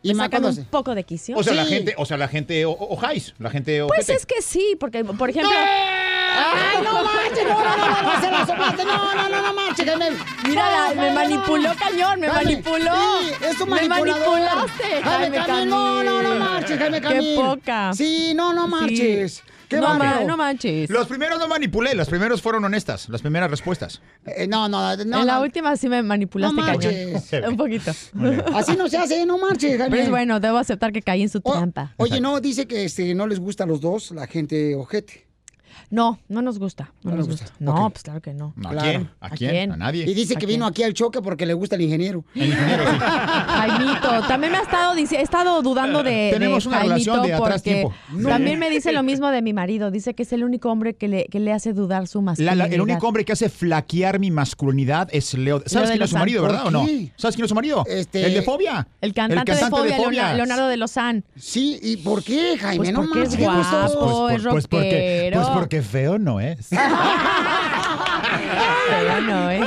Y
me
más
sacan
cuando
un
se-
poco de quicio.
O sea, la gente, o sea, la gente o- o- ojáis, la gente
Pues
ojete.
es que sí, porque, por ejemplo...
¡Ay, no manches! ¡No, no, no, no! no, ¡Se la soplaste! ¡No, no, no, no manches, Jaime!
Mira, la- me
no,
manipuló
no.
cañón, me
Jaime,
manipuló.
Sí, es un
Me
manipulador.
manipulaste, Jaime
Camil, No, no, no
Camil.
marches, Jaime
Qué
Camil.
poca.
Sí, no, no marches.
Sí.
Qué bárbaro.
manches.
Los primeros no manipulé, los primeros fueron honestas, las primeras respuestas.
Eh, no, no, no.
en la
no.
última sí me manipulaste
No
cañón.
manches.
Un poquito.
Así no se hace, no marches, Jaime. Oh.
Pero es bueno, debo aceptar que caí en su trampa.
Oye, no, dice que este, no les gusta a los dos la gente ojete.
No, no nos gusta. No,
No
nos
les
gusta.
gusta.
No,
Ok.
pues claro que no.
¿A quién? ¿A quién? ¿A nadie?
Y dice que vino aquí al choque porque le gusta el ingeniero.
Jaimito, también me ha estado dici- he estado dudando de, de
Tenemos una
Jaimito
relación de atrás
porque
tiempo. No.
también me dice lo mismo de mi marido, dice que es el único hombre que le, que le hace dudar su
La- la-
masculinidad.
el único hombre que hace flaquear mi masculinidad es Leo. ¿Sabes quién
de
es
los
su marido,
Santos.
verdad o no?
¿Por qué?
¿Sabes quién es su marido?
Este-
El de Fobia.
El cantante, de Fobia, Leona- Leonardo de Lozán.
Sí, ¿y por qué, Jaime?
Pues
No
porque es
manches, qué gusto.
guapo,
Pues,
es
por- pues porque,
rockero.
pues porque feo no es.
Pero no, ¿eh?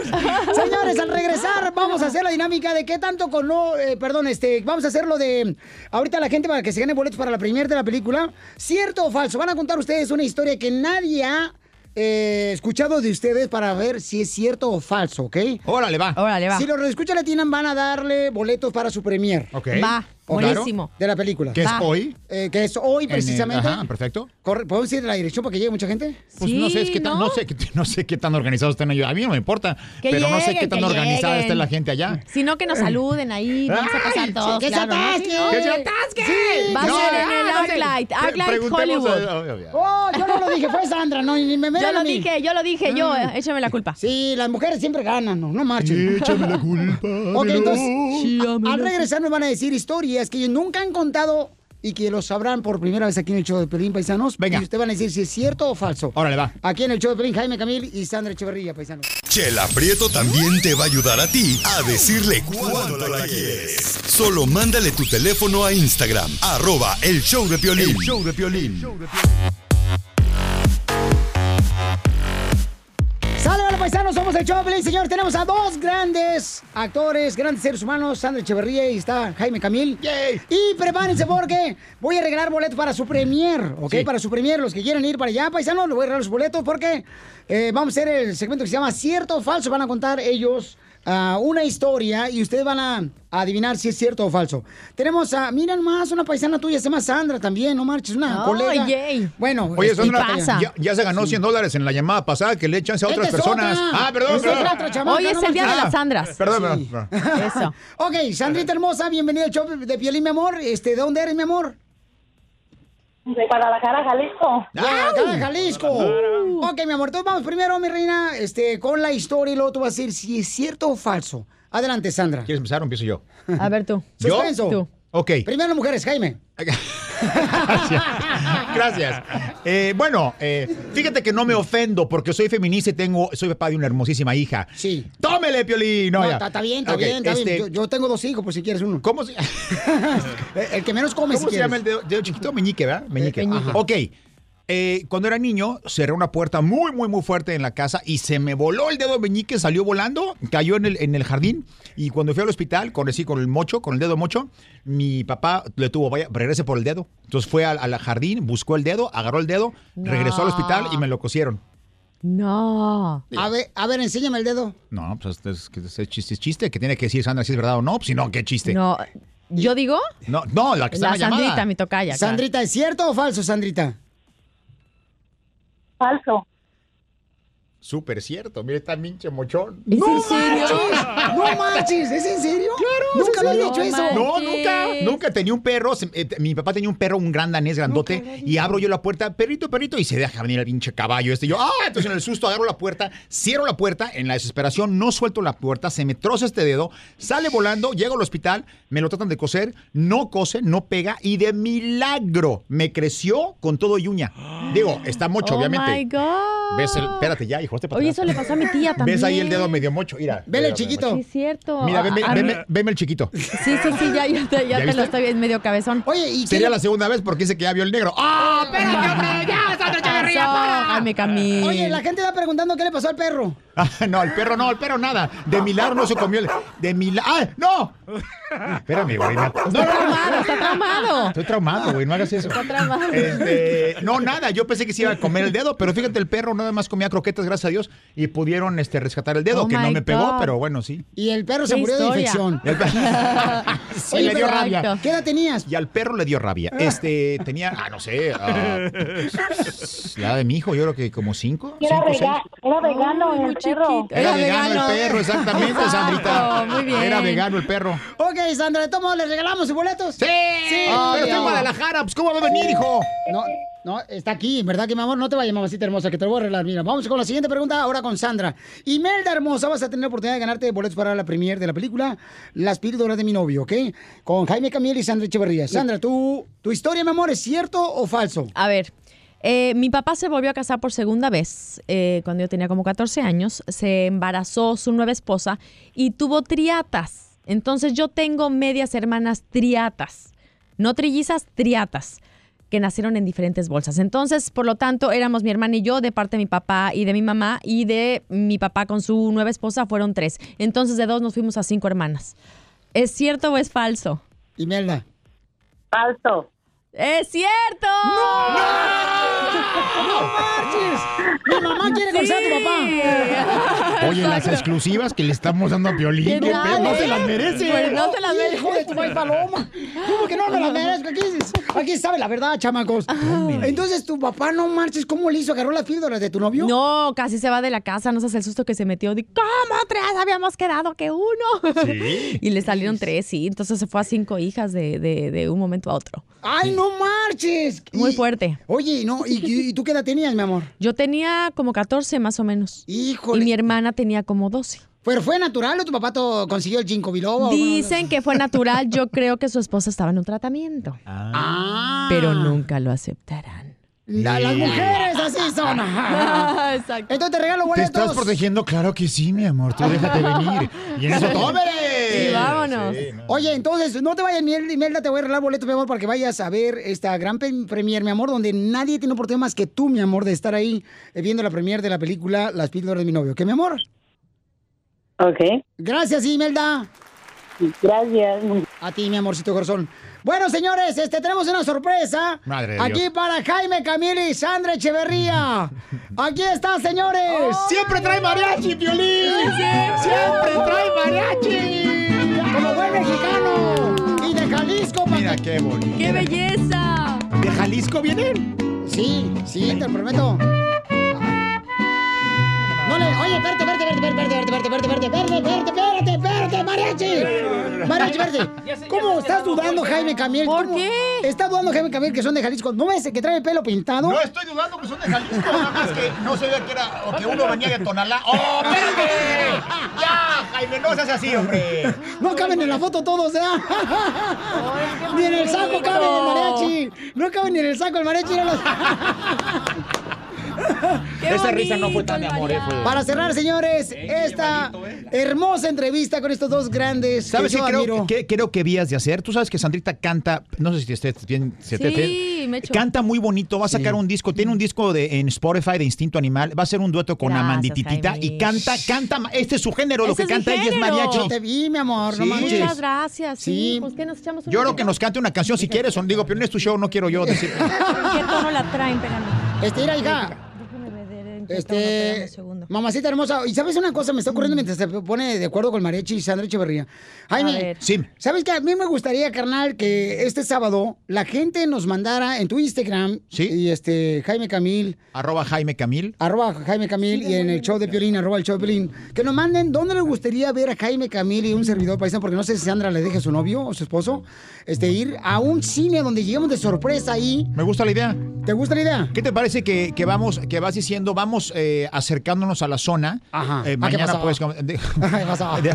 Señores, al regresar vamos a hacer la dinámica de qué tanto con no, eh, perdón, este, vamos a hacer lo de ahorita la gente para que se gane boletos para la premier de la película, cierto o falso. Van a contar ustedes una historia que nadie ha eh, escuchado de ustedes para ver si es cierto o falso, ¿ok?
Órale va.
Órale
Si los escucha latinan van a darle boletos para su premier.
Ok.
Va,
¿Ok?
buenísimo.
De la película.
¿Que es Va. hoy?
Eh, que es hoy
En el-
precisamente.
ajá, perfecto.
Corre- ¿Podemos ir a la dirección para que llegue mucha gente?
Pues no sé, es que tan- ¿no? sé, qué- no sé qué tan organizados están ellos. A mí no me importa,
Que
pero no sé qué
lleguen,
tan
que
organizada
lleguen.
está la gente allá.
Si no, que nos saluden ahí, vamos a pasar
Ay,
todos.
sí, que se
claro, ¿no?
atasque.
Sí,
Que se
atasque!
Sí.
Va a
No,
ser
eh,
en el
ah, sí.
Arclight,
Pre-
Arclight
preguntemos
Hollywood.
a- a- a- a-
Oh, yo no lo dije, fue Sandra, no, ni me
Yo
miren a
lo
mí.
dije, yo lo dije, yo, eh, échame la culpa.
Sí, las mujeres siempre ganan, no, no marchen.
Échame la culpa.
Ok,
de
entonces,
los-
a- al regresar nos van a decir historias que ellos nunca han contado y que lo sabrán por primera vez aquí en el show de Pelín, paisanos. Venga. Y ustedes van a decir si es cierto o falso.
Órale, va.
Aquí en el show de Pelín, Jaime Camil y Sandra Echeverría, paisanos.
Chela Prieto también te va a ayudar a ti a decirle cuándo la quieres. Solo mándale tu teléfono a Instagram, arroba el show de Piolín.
El
show de Piolín.
¡Sale, vale, paisanos! Somos el show de Pelín, señor. Tenemos a dos grandes actores, grandes seres humanos, Sandra Echeverría y está Jaime Camil. Y prepárense porque voy a regalar boletos para su premier, ¿ok? Para su premier, los que quieran ir para allá, paisanos, les voy a regalar los boletos porque eh, vamos a hacer el segmento que se llama Cierto o Falso. Van a contar ellos ah, una historia y ustedes van a adivinar si es cierto o falso. Tenemos a, mira más, una paisana tuya, se llama Sandra también, no marches, una
Oh,
colega.
yay.
Bueno,
Oye,
este,
Sandra, ya, ya se ganó 100 dólares en la llamada pasada que le echan a otras
esta es
personas.
otra.
Ah, perdón,
Esta es
perdón.
otra chamaca,
Hoy es
no
el día de
manches.
las Sandras.
Perdón, perdón, perdón.
Eso.
Ok, Sandrita hermosa, bienvenida al show de Piolín, mi amor. Este, ¿De dónde eres, mi amor?
De Guadalajara, Jalisco.
Guadalajara, Ah, Jalisco. Ok, mi amor, entonces vamos primero, mi reina, este, con la historia y luego tú vas a decir si es cierto o falso. Adelante, Sandra.
¿Quieres empezar o empiezo yo?
A ver tú.
¿Yo?
Suspenso.
Ok.
Primero mujeres, Jaime.
Gracias. Eh, bueno, eh, fíjate que no me ofendo porque soy feminista y tengo, soy papá de una hermosísima hija. Sí. Tómele, Piolín. No,
No,
ya.
está está bien, está
Ok,
bien, está
este,
bien. Yo, yo tengo dos hijos, por si quieres uno.
¿Cómo se...
el que menos come,
¿Cómo
si
se llama el
quieres.
dedo, dedo chiquito? Meñique, ¿verdad? Meñique.
Meñique.
Ajá. Ok. Eh, cuando era niño, cerré una puerta muy, muy, muy fuerte en la casa y se me voló el dedo meñique, salió volando, cayó en el, en el jardín. Y cuando fui al hospital, conocí con el mocho, con el dedo mocho, mi papá le tuvo, vaya, regrese por el dedo. Entonces fue al, al jardín, buscó el dedo, agarró el dedo,
No.
regresó al hospital y me lo cosieron.
No. A ver, a ver, enséñame el dedo.
No, pues este es, que ese chiste, es chiste, que tiene que decir Sandra si es verdad o no, pues, si no, qué chiste.
No, ¿yo digo?
No, no, la que está
La
en la llamada.
Sandrita, mi tocaya. claro.
Sandrita, ¿es cierto o falso, Sandrita?
Falso.
Súper cierto, mire, está minche mochón.
¿Es en serio? ¡No manches! ¿Es en serio?
Pues
Claro, sí,
Nunca lo
sí.
había hecho eso.
No, nunca. Nunca tenía un perro. Se- eh, Mi papá tenía un perro, un gran danés grandote. y abro yo la puerta, perrito, perrito, y se deja venir el pinche caballo este. Yo, ah, entonces en el susto agarro la puerta, cierro la puerta, en la desesperación no suelto la puerta, se me troza este dedo, sale volando, llego al hospital, me lo tratan de coser, no cose, no pega, y de milagro me creció con todo y uña. Digo, está mocho,
oh
Ah, obviamente.
my God.
¿Ves el- espérate ya, hijo, este para
Oye,
atrás.
eso le pasó a mi tía también.
¿Ves ahí el dedo medio mocho? Mira. medio
Sí,
mocho.
es cierto.
Mira,
A-
veme,
a-
veme- veme el chiquito.
Sí, sí, sí, ya, ya te, ya
¿Ya
te
viste?
lo estoy viendo medio cabezón.
Oye, ¿y
Sería la segunda vez porque dice que ya vio el negro. ¡Ah! espérate, hombre! ¡Ya, Sandra Echeverría, para!
Jaime Camil.
Oye, la gente está preguntando qué le pasó al perro.
Ah, no, el perro no, el perro nada. De milagro no se comió el. De milagro. ¡Ah! ¡No! Espérame, güey. No, no, no,
traumado, está traumado.
Estoy traumado, güey. No hagas eso.
Está traumado.
Este, no, nada. Yo pensé que se iba a comer el dedo, pero fíjate, el perro nada más comía croquetas, gracias a Dios, y pudieron este, rescatar el dedo,
Oh
que no
my
me pegó,
God.
pero bueno, sí.
Y el perro se
Qué
murió de
historia.
infección.
El perro- Sí,
Oye,
le dio
pero-
rabia.
¿Qué edad tenías?
Y al perro le dio rabia. Este tenía, ah, no sé, ah, la edad de mi hijo, yo creo que como cinco.
Era,
cinco, seis.
vega- era vegano el perro.
Era, vegano, el perro, exactamente, Sandrita.
muy bien.
Era vegano el perro.
Ok, Sandra, de todos modos, ¿le regalamos sus boletos? ¡Sí!
Ah, pero está en Guadalajara, pues ¿cómo va a venir, hijo?
No, no, está aquí, ¿verdad que mi amor? No te vayas, mamacita hermosa, que te lo voy a arreglar. Mira, vamos con la siguiente pregunta ahora con Sandra. Imelda hermosa, vas a tener la oportunidad de ganarte boletos para la premier de la película Las píldoras de mi novio, ¿ok? Con Jaime Camiel y Sandra Echeverría. Sandra, ¿tu, tu historia, mi amor, es cierto o falso?
A ver. eh, mi papá se volvió a casar por segunda vez eh, cuando yo tenía como 14 años. Se embarazó su nueva esposa y tuvo triatas. Entonces yo tengo medias hermanas triatas. No trillizas, triatas. Que nacieron en diferentes bolsas. Entonces, por lo tanto, éramos mi hermana y yo de parte de mi papá y de mi mamá. Y de mi papá con su nueva esposa fueron tres. Entonces, de dos nos fuimos a cinco hermanas. ¿Es cierto o es falso?
Imelda.
Falso.
¡Es cierto! ¡No!
marches! ¡Mi mamá quiere conocer a tu papá!
Oye, las
Exacto.
exclusivas que le estamos dando a
¿Qué
Piolín, ¿qué
tal,
pedo? no
eh?
se las merece. pues,
Pues no se las merece. Hijo de tu mal paloma. ¿Cómo que no me las merezco? Aquí, aquí sabe la verdad, chamacos.
Ah.
Entonces, tu papá, no marches, ¿cómo le hizo? ¿Agarró las píldoras de tu novio?
No, casi se va de la casa, no seas el susto que se metió. Di, ¿Cómo tres? Habíamos quedado que uno.
Sí.
y le salieron tres, sí. Entonces se fue a cinco hijas de, de- de un momento a otro.
¡Ay, no marches!
Muy fuerte.
Oye, no, ¿y, y- y tú qué edad tenías, mi amor?
Yo tenía como 14 más o menos.
Híjole.
Y mi hermana tenía como 12.
¿Pero fue natural o tu papá to- consiguió el ginkgo biloba? o no?
Dicen que fue natural. Yo creo que su esposa estaba en un tratamiento. Pero nunca lo aceptarán.
La- las mujeres así son.
Ah,
Entonces te regalo
¿Te
boletos.
estás protegiendo? Claro que sí, mi amor. Tú déjate venir. Y en eso, tómele.
Sí, vámonos. Oye, entonces, no te vayas, Miel- Imelda, te voy a regalar boletos, mi amor, para que vayas a ver esta gran pe- premier, mi amor, donde nadie tiene oportunidad más que tú, mi amor, de estar ahí eh, viendo la premier de la película Las píldoras de mi novio. ¿Qué, mi amor?
Ok.
Gracias, Imelda.
Gracias.
A ti, mi amorcito corazón. Bueno, señores, este, tenemos una sorpresa.
Madre de
Aquí
Dios.
para Jaime Camil y Sandra Echeverría. Aquí está, señores.
Oh. Siempre trae mariachi, Piolín. Siempre trae
mariachi. Como buen mexicano. Y de Jalisco.
Ah. Mira qué bonito.
¡Qué belleza!
¿De Jalisco vienen?
Sí, sí, te lo prometo. No le, oye, espérate, espérate, espérate, espérate, espérate, espérate, espérate, espérate, espérate, espérate, espérate, mariachi. Mariachi, espérate. ¿Cómo estás dudando, Jaime Camil? ¿eh? ¿Por qué? Está dudando Jaime Camil que son de Jalisco. ¿No ves que trae el pelo pintado?
No estoy dudando que son de Jalisco, nada más que no sabía que era o que uno venía de Tonalá. ¡Oh, espérate! ¡Ya, Jaime, no seas así, hombre!
No caben en la foto todos, ¿eh? Ah. Ni en el saco caben el mariachi. No caben ni en el saco el mariachi. no los-
Esa risa no fue tan de amor, eh, fue de-
Para cerrar, señores, esta hermosa entrevista con estos dos grandes. que
¿Sabes qué
yo admiro.
creo, qué creo que vías de hacer? Tú sabes que Sandrita canta, no sé si esté bien, se te-
Sí,
te-
me echo.
canta muy bonito, va a sacar un disco, tiene un disco de, en Spotify de Instinto Animal, va a hacer un dueto con
Gracias,
Amandititita y canta, canta, ma- este es su género, lo
Ese
que
es mi
canta ella es
género.
mariachi.
Yo te
vi, mi amor,
no manches. Muchas gracias. Sí, pues que nos echamos un
Yo creo que nos cante una canción si quieres, o digo, pero es tu show, no quiero yo decir.
¿Qué tono la traen, pégame?
Este, mira, hija. Este, mamacita hermosa, y sabes una cosa, me está ocurriendo mientras se pone de acuerdo con Marechi y Sandra Echeverría. Jaime,
ver. Sí.
¿sabes qué? A mí me gustaría, carnal, que este sábado la gente nos mandara en tu Instagram y este Jaime Camil.
Arroba Jaime Camil.
Arroba Jaime Camil y en el show de Piolín, arroba el show de Piolín. Que nos manden dónde les gustaría ver a Jaime Camil y un servidor paisano, porque no sé si Sandra le deje a su novio o su esposo, este, ir a un cine donde lleguemos de sorpresa ahí.
Me gusta la idea.
¿Te gusta la idea?
¿Qué te parece que, que vamos, que vas diciendo, vamos eh, acercándonos a la zona? Ajá.
¿A Ah, qué
mañana
pasaba?
puedes. com- Pues, de-
pasaba?
de-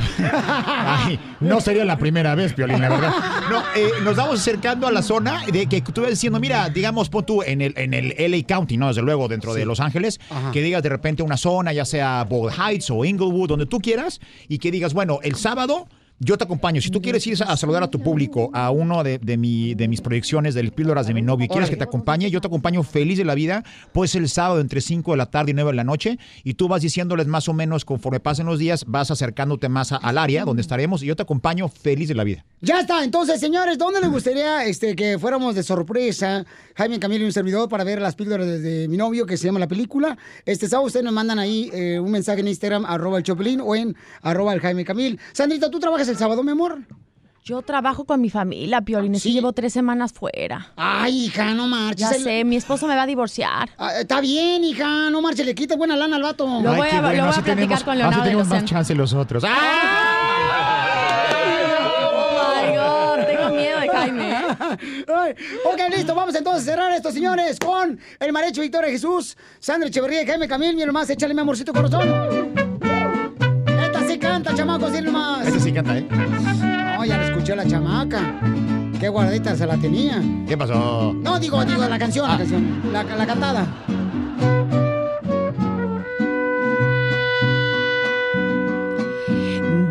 Ay, no sería la primera vez, Piolín, la verdad. No, eh, nos vamos acercando a la zona de que tú vas diciendo, mira, digamos, pon tú en el, en el LA County, ¿no? Desde luego, dentro de Los Ángeles,
Ajá.
que digas de repente una zona, ya sea Bold Heights o Inglewood, donde tú quieras, y que digas, bueno, el sábado. Yo te acompaño. Si tú quieres ir a saludar a tu público, a uno de, de mi- de mis proyecciones del Píldoras de mi novio, y quieres que te acompañe, yo te acompaño feliz de la vida. Puede ser el sábado entre 5 de la tarde y 9 de la noche, y tú vas diciéndoles más o menos conforme pasen los días, vas acercándote más a- al área donde estaremos, y yo te acompaño feliz de la vida.
Ya está, entonces, señores, ¿dónde les gustaría este, que fuéramos de sorpresa, Jaime Camilo y un servidor, para ver las píldoras de, de mi novio, que se llama la película? Este sábado ustedes nos mandan ahí eh, un mensaje en Instagram, arroba el Chopelín o en arroba el Jaime Camil. Sandrita, ¿tú trabajas el sábado, mi amor?
Yo trabajo con mi familia, Piolín, sí. Ah. llevo tres semanas fuera.
Ay, hija, no marches. Ah,
Ya sé, mi esposo me va a divorciar.
Está bien, hija, no marches, le quitas buena lana al vato.
Lo voy a, lo voy a platicar con
así
Leonardo
tenemos
de los Em.
más
Santos.
chance los otros. ¡Ah!
Oh my God, tengo miedo de Jaime.
Ay, ok, listo, vamos entonces a cerrar esto, señores, con el marecho Victoria Jesús, Sandra Echeverría y Jaime Camil, mi hermano, échale mi amorcito corazón. Esta sí canta, chamacos, sí nomás.
Esta sí canta, ¿eh?
No, ya la escuché la chamaca. Qué guardita se la tenía.
¿Qué pasó?
No, digo, digo, la canción, la canción, la, la cantada.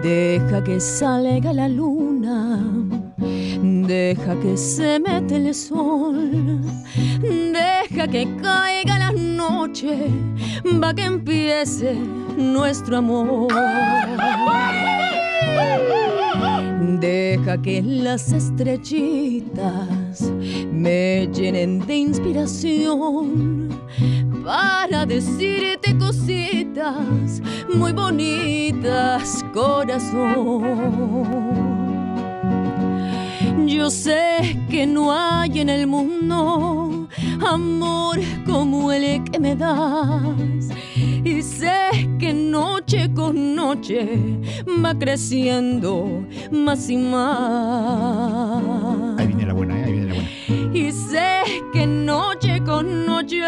Deja que salga la luna, deja que se mete el sol, deja que caiga la noche, va que empiece nuestro amor. Deja que las estrellitas me llenen de inspiración para decirte cositas muy bonitas, corazón. Yo sé que no hay en el mundo amor como el que me das. Y sé que noche con noche va creciendo más y más.
Ahí viene la buena, ¿eh? Ahí viene la buena.
Y sé que noche con noche.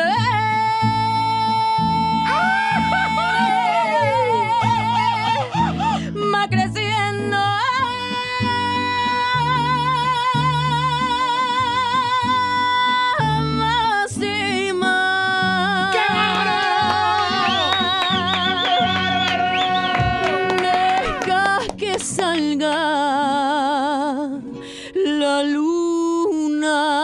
Va creciendo. Más y más. ¡Qué Deja que salga la luna.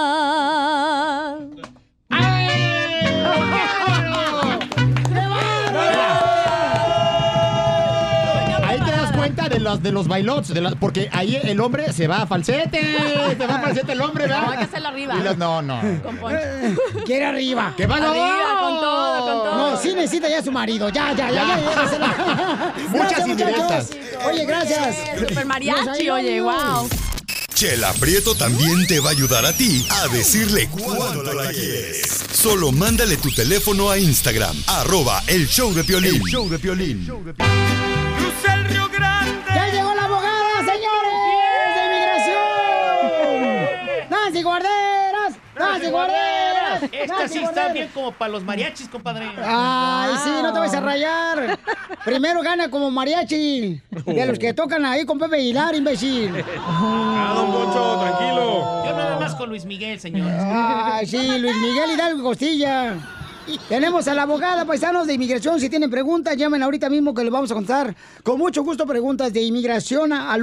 Ahí te das cuenta de los, de los bailots, de la- porque ahí el hombre se va a falsete, se va a falsete el hombre, ¿verdad?
No, hay que hacerlo arriba.
Y los- no, no.
Con poncho.
Quiere arriba.
¡Que va no!
Arriba, con todo, con todo.
No, sí necesita ya su marido. Ya, ya, ya, ya. ya, se la- Gracias,
indirectas.
muchachos. Oye, gracias.
Super
Nos
mariachi,
ayudan,
oye, wow.
Chela Prieto también te va a ayudar a ti a decirle cuándo la quieres. Solo mándale tu teléfono a Instagram, arroba el show de Piolín.
El
show de Piolín.
¡Ya llegó la abogada, señores! ¡De inmigración! ¡Nancy Guarderas! ¡Nancy Guarderas!
Esta
¡Nancy
sí está
Guarderas!
bien como para los mariachis, compadre. Ah.
Ay, sí, no te vas a rayar. Primero gana como mariachi. De los que tocan ahí con Pepe Aguilar, imbécil.
Ah, don Poncho, tranquilo.
Yo nada más
con Luis Miguel, señor.
Ay, sí, Luis Miguel Hidalgo Costilla. Tenemos a la abogada, paisanos de inmigración. Si tienen preguntas, llamen ahorita mismo que les vamos a contar con mucho gusto preguntas de inmigración a- al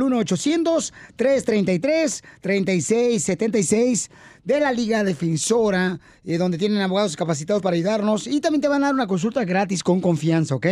1-800-333-3676 de la Liga Defensora, eh, donde tienen abogados capacitados para ayudarnos. Y también te van a dar una consulta gratis con confianza, ¿ok?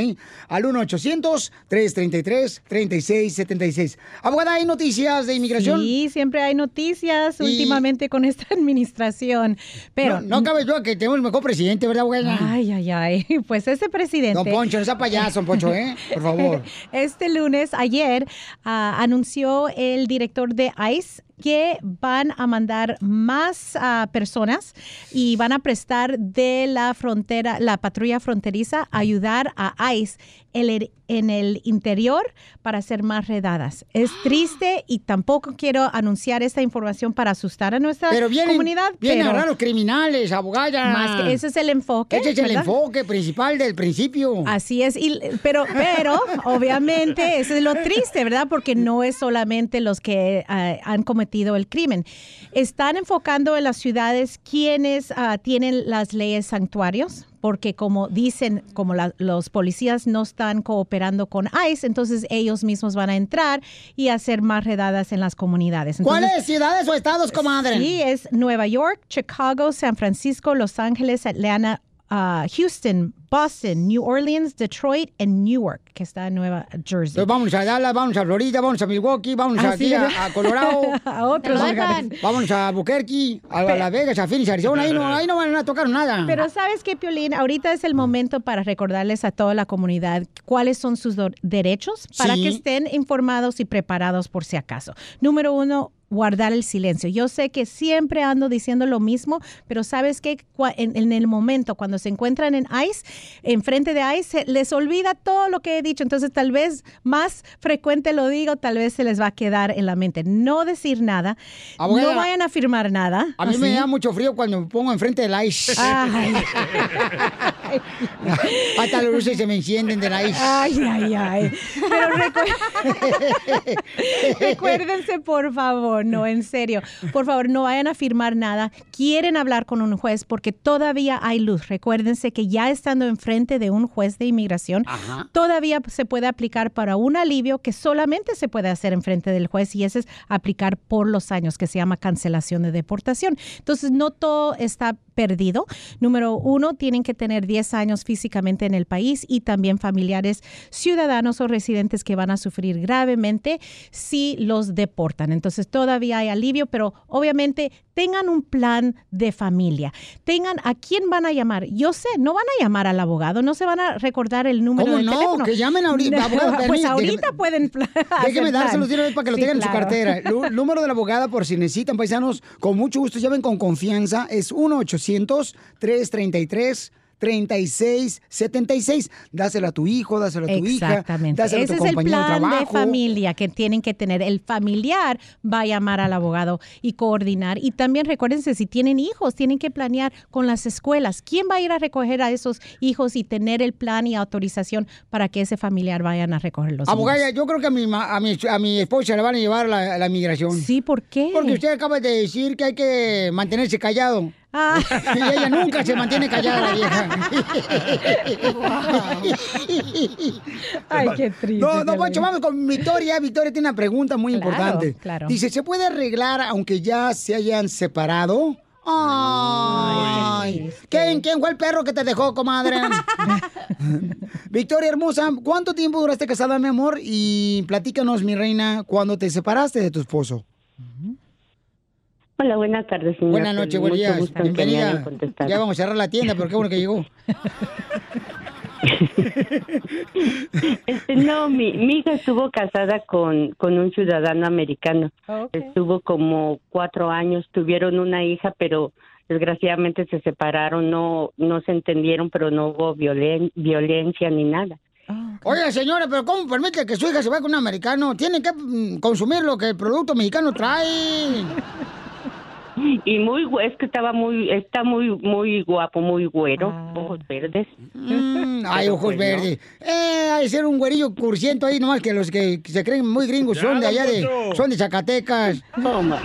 Al 1-800-333-3676. Abogada, ¿hay noticias de inmigración?
Sí, siempre hay noticias últimamente con esta administración. Pero
No- no cabe duda que tenemos el mejor presidente, ¿verdad, abogada?
Ay, ay, ay. Pues ese presidente.
Don Poncho, no sea payaso, don Poncho, ¿eh? Por favor.
Este lunes, ayer, ah, anunció el director de ICE que van a mandar más ah, personas y van a prestar de la frontera, la patrulla fronteriza, a ayudar a ICE en el, en el interior para hacer más redadas. Es triste y tampoco quiero anunciar esta información para asustar a nuestra
Pero vienen,
comunidad.
vienen
pero-
a hablar los criminales, abogada.
Más que- ese es el enfoque,
Ese es el
¿verdad?
enfoque principal del principio.
Así es, y- pero, pero obviamente eso es lo triste, ¿verdad? Porque no es solamente los que ah, han cometido el crimen. Están enfocando en las ciudades quienes ah, tienen las leyes santuarios, porque como dicen, como la- los policías no están cooperando con ICE, entonces ellos mismos van a entrar y hacer más redadas en las comunidades. Entonces-
¿Cuáles ciudades o estados, comadre?
Sí, es Nueva York, Chicago, San Francisco, Los Ángeles, Atlanta, ah, Houston, Boston, New Orleans, Detroit y Newark, que está en Nueva Jersey.
Entonces vamos a Dallas, vamos a Florida, vamos a Milwaukee, vamos
Ah,
aquí
sí,
a,
¿verdad?
a Colorado.
A otros
Vamos
lugares.
a- Vamos a Albuquerque, a Las Vegas, a Phoenix, Arizona. Ahí no, ahí no van a tocar nada.
Pero sabes que, Piolín, ahorita es el momento para recordarles a toda la comunidad cuáles son sus do- derechos para
Sí.
que estén informados y preparados por si acaso. Número uno, guardar el silencio. Yo sé que siempre ando diciendo lo mismo, pero sabes que en, en el momento cuando se encuentran en ICE, enfrente de ICE, se- les olvida todo lo que he dicho. Entonces tal vez más frecuente lo digo, tal vez se les va a quedar en la mente. No decir nada,
Abogada,
no vayan a firmar nada. ¿Ah,
A mí me
así.
da mucho frío cuando me pongo enfrente del ice.
Ay.
Hasta las luces se me encienden del ice.
Ay, ay, ay. Pero recu- recuérdense, por favor, no, en serio. Por favor, no vayan a firmar nada. Quieren hablar con un juez porque todavía hay luz. Recuérdense que ya estando enfrente de un juez de inmigración,
Ajá.
todavía se puede aplicar para un alivio que solamente se puede hacer enfrente del juez y ese es aplicar por los años, que se llama cancelación de deportación. Entonces, no todo está perdido. Número uno, tienen que tener 10 años físicamente en el país y también familiares, ciudadanos o residentes que van a sufrir gravemente si los deportan. Entonces, todavía hay alivio, pero obviamente tengan un plan de familia. Tengan a quién van a llamar. Yo sé, no van a llamar al abogado, no se van a recordar el número
¿Cómo
del
no?
teléfono.
Que llamen ahorita, abogado,
pues
permí-
ahorita pueden. pla- hacer
Déjeme
plan.
dárselo de una vez para que lo
Sí,
tengan
claro.
en su cartera. Lu- número de la abogada, por si necesitan, paisanos, con mucho gusto, llamen con confianza. Es 1-800-333. 3676, dáselo a tu hijo, dáselo a tu hija.
Exactamente.
Dáselo a
Ese
tu
es el
compañero de
plan de,
trabajo.
familia que tienen que tener. El familiar va a llamar al abogado y coordinar. Y también recuérdense, si tienen hijos, tienen que planear con las escuelas. ¿Quién va a ir a recoger a esos hijos y tener el plan y autorización para que ese familiar vayan a recogerlos?
Abogada, yo creo que a mi, ma- a mi, a mi esposa le van a llevar la, la migración.
Sí, ¿por qué?
Porque usted acaba de decir que hay que mantenerse callado.
Ah.
Y ella nunca se mantiene callada, la vieja.
Ay, qué triste.
No, no,
Piolín.
Pancho, vamos con Victoria. Victoria tiene una pregunta muy
Claro,
importante.
claro.
Dice, ¿se puede arreglar aunque ya se hayan separado? Ay, ¿quién, ¿quién fue el perro que te dejó, comadre? Victoria hermosa, ¿cuánto tiempo duraste casada, mi amor? Y platícanos, mi reina, cuando te separaste de tu esposo.
Hola, buenas tardes, señora.
Buenas noches,
Piolín.
buen
Mucho
día.
gusto en que me hayan
Bienvenida.
contestado.
Ya vamos a cerrar la tienda, pero qué bueno que llegó.
Este, no, mi, mi hija estuvo casada con, con un ciudadano americano. Estuvo como cuatro años, tuvieron una hija, pero desgraciadamente se separaron, no, no se entendieron, pero no hubo violen- violencia ni nada.
Oiga, señora, pero ¿cómo permite que su hija se vaya con un americano? Tiene que mm, consumir lo que el producto mexicano trae.
Y muy, gu- es que estaba muy, está muy, muy guapo, muy güero, ojos verdes.
Ah. Mm, ay,
Pero
ojos
pues no.
verdes. Eh, hay ser un güerillo cursiento ahí nomás que los que se creen muy gringos
Ya,
son de
don
allá de,
Poncho.
son de Zacatecas.
Oh, my.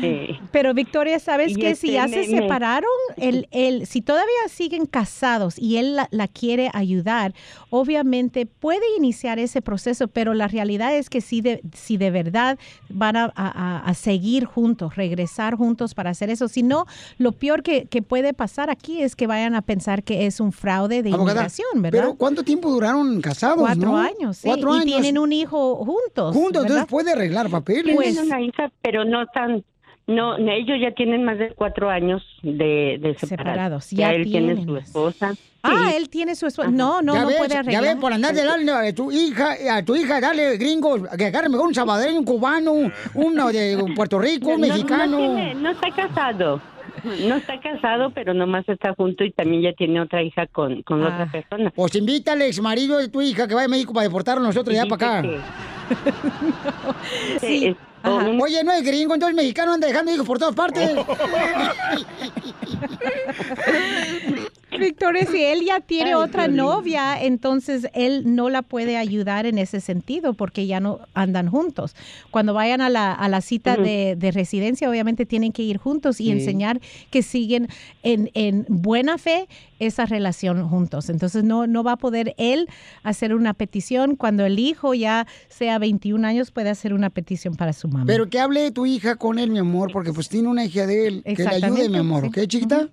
Sí.
Pero Victoria, ¿sabes
Y
que
este,
Si ya se
me- me-
separaron, él, él, si todavía siguen casados y él la, la quiere ayudar, obviamente puede iniciar ese proceso, pero la realidad es que si de, si de verdad van a, a- a- a seguir juntos, regresar juntos para hacer eso, si no, lo peor que, que puede pasar aquí es que vayan a pensar que es un fraude de
Abogada,
inmigración, ¿verdad?
Pero ¿cuánto tiempo duraron casados?
Cuatro
no?
años, sí,
Cuatro
y
años.
tienen un hijo juntos.
Juntos, entonces
¿verdad?
puede arreglar papeles.
Tienen
Pues
una hija, pero no tan... No, no, ellos ya tienen más de cuatro años de, de separados.
Separados,
ya
ya
él tiene
tienen.
su esposa.
Ah,
Sí.
él tiene su esposa. No, no,
Ya
no
ves,
puede arreglar.
Ya ves, por andar delante a tu hija, a tu hija, dale gringos, que agarre mejor un salvadoreño, un cubano, uno de Puerto Rico, un
No, no
mexicano.
tiene- no está casado. No está casado, pero nomás está junto y también ya tiene otra hija con, con la
Ah.
otra persona.
Pues invita al ex marido de tu hija que vaya a México para deportarnos nosotros ya para acá.
Sí, es-
Ajá. Oye, Eh, no es gringo, entonces el mexicano anda dejando hijos por todas partes.
Victoria, si él ya tiene
Ay,
otra
qué horrible.
novia, entonces él no la puede ayudar en ese sentido porque ya no andan juntos. Cuando vayan a la, a la cita
Ujú.
de, de residencia, obviamente tienen que ir juntos y
Sí.
enseñar que siguen en, en buena fe esa relación juntos. Entonces no, no va a poder él hacer una petición. Cuando el hijo ya sea 21 años, puede hacer una petición para su mamá.
Pero que hable tu hija con él, mi amor, porque pues tiene una hija de él. Que le ayude, mi
Exactamente,
amor,
sí.
¿ok, chiquita?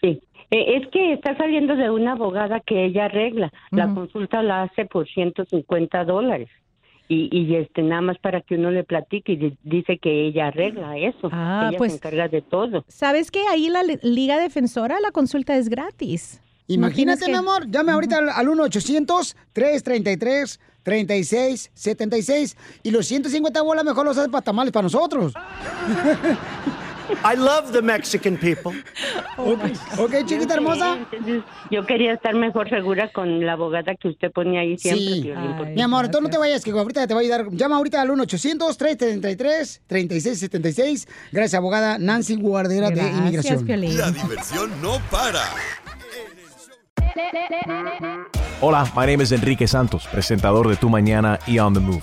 sí. Eh, es que está saliendo de una abogada que ella arregla. La consulta la hace por 150 dólares. Y, y este nada más para que uno le platique y di- dice que ella arregla eso.
Ah,
ella
pues-
se encarga de todo.
¿Sabes qué? Ahí la li- Liga Defensora, la consulta es gratis. No
Imagínate,
tienes que-
mi amor, llame ahorita al, al 1-800-333-3676 y los 150 bolas mejor los haces para tamales para nosotros.
I love the Mexican people.
Oh ok, chiquita hermosa.
Entonces, yo quería estar mejor segura con la abogada que usted pone ahí siempre.
Sí.
Piolín, porque-
Mi amor, tú no te vayas, que ahorita te va a ayudar. Llama ahorita al 1-800-333-3676. Gracias, abogada Nancy Guardera de Inmigración.
La diversión no para.
Hola, my name is Enrique Santos, presentador de Tu Mañana y On the Move.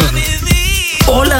Hola